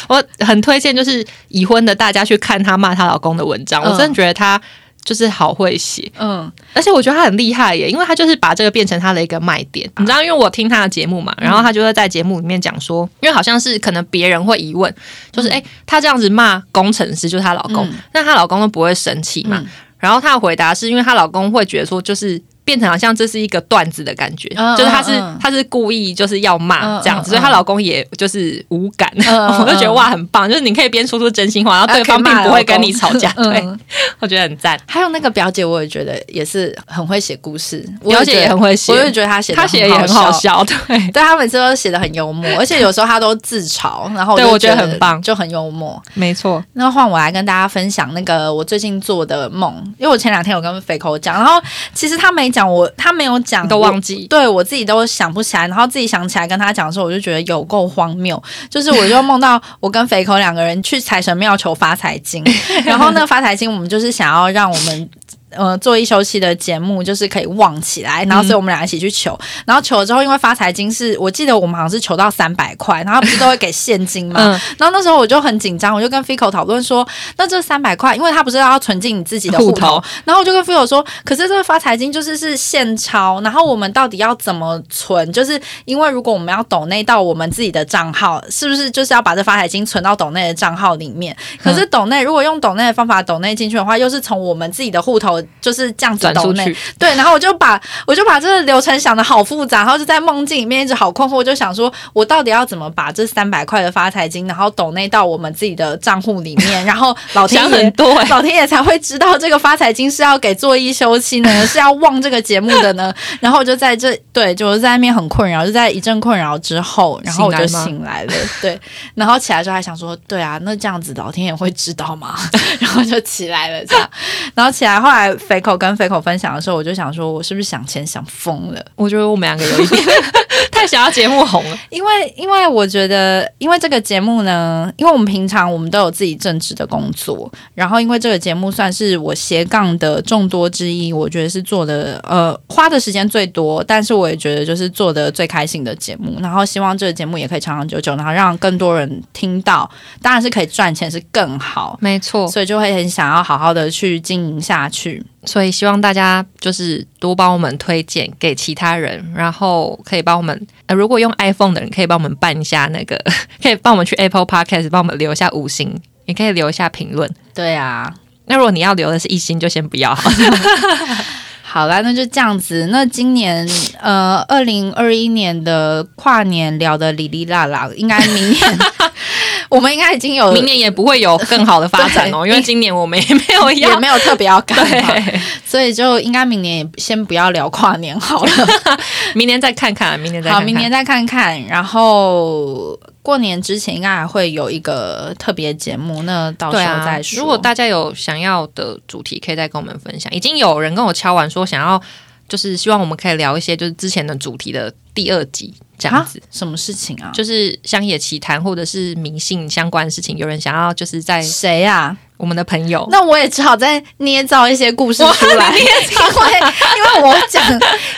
[SPEAKER 2] 我很推荐就是已婚的大家去看她骂她老公的文章，
[SPEAKER 1] 嗯
[SPEAKER 2] 我真的觉得她就是好会写，
[SPEAKER 1] 嗯
[SPEAKER 2] 而且我觉得她很厉害耶，因为她就是把这个变成她的一个卖点。
[SPEAKER 1] 啊
[SPEAKER 2] 你知道，因为我听她的节目嘛，
[SPEAKER 1] 嗯
[SPEAKER 2] 然后她就会在节目里面讲说，因为好像是可能别人会疑问，就是诶，她这样子骂工程师就是她老公
[SPEAKER 1] 嗯，
[SPEAKER 2] 那她老公都不会生气嘛
[SPEAKER 1] 嗯？
[SPEAKER 2] 然后她的回答是因为她老公会觉得说，就是变成好像这是一个段子的感觉，
[SPEAKER 1] 嗯
[SPEAKER 2] 就是她是
[SPEAKER 1] 嗯嗯
[SPEAKER 2] 她是故意就是要骂
[SPEAKER 1] 嗯
[SPEAKER 2] 这样
[SPEAKER 1] 嗯
[SPEAKER 2] 子，所以她
[SPEAKER 1] 嗯
[SPEAKER 2] 老公也就是无感。
[SPEAKER 1] 嗯嗯
[SPEAKER 2] 我就觉得
[SPEAKER 1] 嗯
[SPEAKER 2] 哇，很棒，就是你可以编出出真心话，然后对
[SPEAKER 1] 啊可以
[SPEAKER 2] 方并
[SPEAKER 1] 骂
[SPEAKER 2] 不会
[SPEAKER 1] 老公
[SPEAKER 2] 跟你吵架。对，
[SPEAKER 1] 嗯，
[SPEAKER 2] 我觉得很赞。
[SPEAKER 1] 还有那个表姐，我也觉得也是很会写故事，我
[SPEAKER 2] 表姐
[SPEAKER 1] 觉得
[SPEAKER 2] 也很会写
[SPEAKER 1] 我也觉得她写得
[SPEAKER 2] 他写的也很好
[SPEAKER 1] 好。
[SPEAKER 2] 笑，对，
[SPEAKER 1] 对她每次都写的很幽 默，而且有时候她都自嘲，然后
[SPEAKER 2] 对
[SPEAKER 1] 我
[SPEAKER 2] 我
[SPEAKER 1] 就
[SPEAKER 2] 觉得很棒
[SPEAKER 1] 就很幽默。
[SPEAKER 2] 没错，
[SPEAKER 1] 那换我来跟大家分享那个我最近做的梦，因为我前两天有跟肥口讲，然后其实他没讲我，他没有讲，
[SPEAKER 2] 都
[SPEAKER 1] 我
[SPEAKER 2] 忘记。
[SPEAKER 1] 对我自己都想不起来，然后自己想起来跟他讲的时候，我就觉得有够荒谬。就是我就梦到我跟肥口两个人去财神庙求发财金，然后呢发财金我们就是想要让我们。呃，做一休息的节目就是可以旺起来，然后所以我们俩一起去求，然后求了之后，因为发财金是我记得我们好像是求到三百块，然后不是都会给现金嘛，
[SPEAKER 2] 嗯，
[SPEAKER 1] 然后那时候我就很紧张，我就跟 Fico 讨论说，那这三百块，因为他不是要存进你自己的户
[SPEAKER 2] 户
[SPEAKER 1] 头，
[SPEAKER 2] 头
[SPEAKER 1] 然后我就跟 Fico 说，可是这个发财金就是是现钞，然后我们到底要怎么存？就是因为如果我们要抖内到我们自己的账号，是不是就是要把这发财金存到抖内的账号里面？
[SPEAKER 2] 嗯
[SPEAKER 1] 可是抖内如果用抖内的方法抖内进去的话，又是从我们自己的户头就是这样子
[SPEAKER 2] 转
[SPEAKER 1] 抖
[SPEAKER 2] 出
[SPEAKER 1] 内，
[SPEAKER 2] 去，
[SPEAKER 1] 对，然后我就把我就把这个流程想的好复杂，然后就在梦境里面一直好困惑，就想说我到底要怎么把这三百块的发财金，然后抖内到我们自己的账户里面，然后老天
[SPEAKER 2] 想很
[SPEAKER 1] 爷。
[SPEAKER 2] 多哎、
[SPEAKER 1] 老天爷才会知道这个发财金是要给做一休息呢， 是要旺这个节目的呢。然后我就在这，对，就在那边很困扰，就在一阵困扰之后，然后我就
[SPEAKER 2] 醒来吗
[SPEAKER 1] 醒来了，对。然后起来之后还想说，对啊，那这样子老天爷会知道吗？ 然后就起来了，这样。然后起来，后来肥口跟肥口分享的时候，我就想说，我是不是想钱想疯了？
[SPEAKER 2] 我觉得我们两个有一 点太想要节目红了，
[SPEAKER 1] 因为因为我觉得，因为这个节目呢，因为我们平常我们都有自己正职的工作，然后因为这个节目算是我斜杠的众多之一，我觉得是做的呃花的时间最多，但是我也觉得就是做的最开心的节目。然后希望这个节目也可以长长久久，然后让更多人听到，当然是可以赚钱是更好，
[SPEAKER 2] 没错。
[SPEAKER 1] 所以就会很想要好好的去经营下去。
[SPEAKER 2] 所以希望大家就是多帮我们推荐给其他人，然后可以帮我们，呃，如果用 iPhone 的人可以帮我们办一下那个， 可以帮我们去 Apple Podcast 帮我们留下五星，也可以留下评论。
[SPEAKER 1] 对啊，
[SPEAKER 2] 那如果你要留的是一星，就先不要。
[SPEAKER 1] 好啦，那就这样子。那今年呃，二零二一年的跨年聊的哩哩啦啦，应该明 年我们应该已经有
[SPEAKER 2] 明年也不会有更好的发展哦，
[SPEAKER 1] 对
[SPEAKER 2] 因为今年我们 也没有
[SPEAKER 1] 也
[SPEAKER 2] 要。
[SPEAKER 1] 没有特别要干嘛，
[SPEAKER 2] 对，
[SPEAKER 1] 所以就应该明年也先不要聊跨年好 了。
[SPEAKER 2] 明年再看看，明年再看
[SPEAKER 1] 好，
[SPEAKER 2] 看。
[SPEAKER 1] 明年再看看。然后过年之前应该还会有一个特别节目，那到时
[SPEAKER 2] 对
[SPEAKER 1] 候
[SPEAKER 2] 啊
[SPEAKER 1] 再，说。
[SPEAKER 2] 如果大家有想要的主题，可以再跟我们分享。已经有人跟我敲完说想要，就是希望我们可以聊一些就是之前的主题的第二集这样
[SPEAKER 1] 啊
[SPEAKER 2] 子，，
[SPEAKER 1] 什么事情啊？
[SPEAKER 2] 就是乡野奇谈或者是迷信相关的事情。有人想要就是在
[SPEAKER 1] 谁啊呀、
[SPEAKER 2] 我们的朋友，
[SPEAKER 1] 那我也只好再捏造一些故事出 来，因为因为我讲，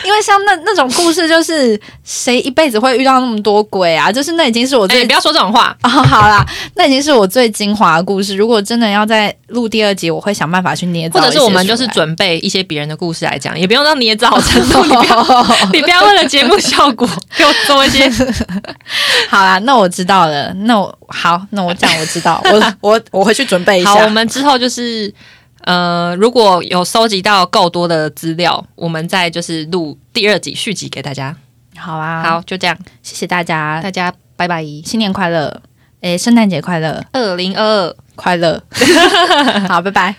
[SPEAKER 1] 因为像那那种故事，就是谁一辈子会遇到那么多鬼啊？就是那已经是我
[SPEAKER 2] 哎、
[SPEAKER 1] 最、
[SPEAKER 2] 不要说这种话。
[SPEAKER 1] 哦， 好啦，那已经是我最精华的故事。如果真的要再录第二集，我会想办法去捏造
[SPEAKER 2] 或
[SPEAKER 1] 一些出来，
[SPEAKER 2] 者是我 们就是准备一些别人的故事来讲，也不用到捏造程度，你不 要你不要为了节目效 果给我做一些
[SPEAKER 1] 好啦，那我知道了。那我好，那我讲我知道， 我我我回去准备一下。
[SPEAKER 2] 好，我们之后就是呃，如果有收集到够多的资料，我们再就是录第二集续集给大家。
[SPEAKER 1] 好啊，
[SPEAKER 2] 好，，就这样，
[SPEAKER 1] 谢谢大家，
[SPEAKER 2] 大家拜拜。
[SPEAKER 1] 新年快乐，诶，圣诞节快乐，
[SPEAKER 2] 二零二二。
[SPEAKER 1] 快乐，好，拜拜。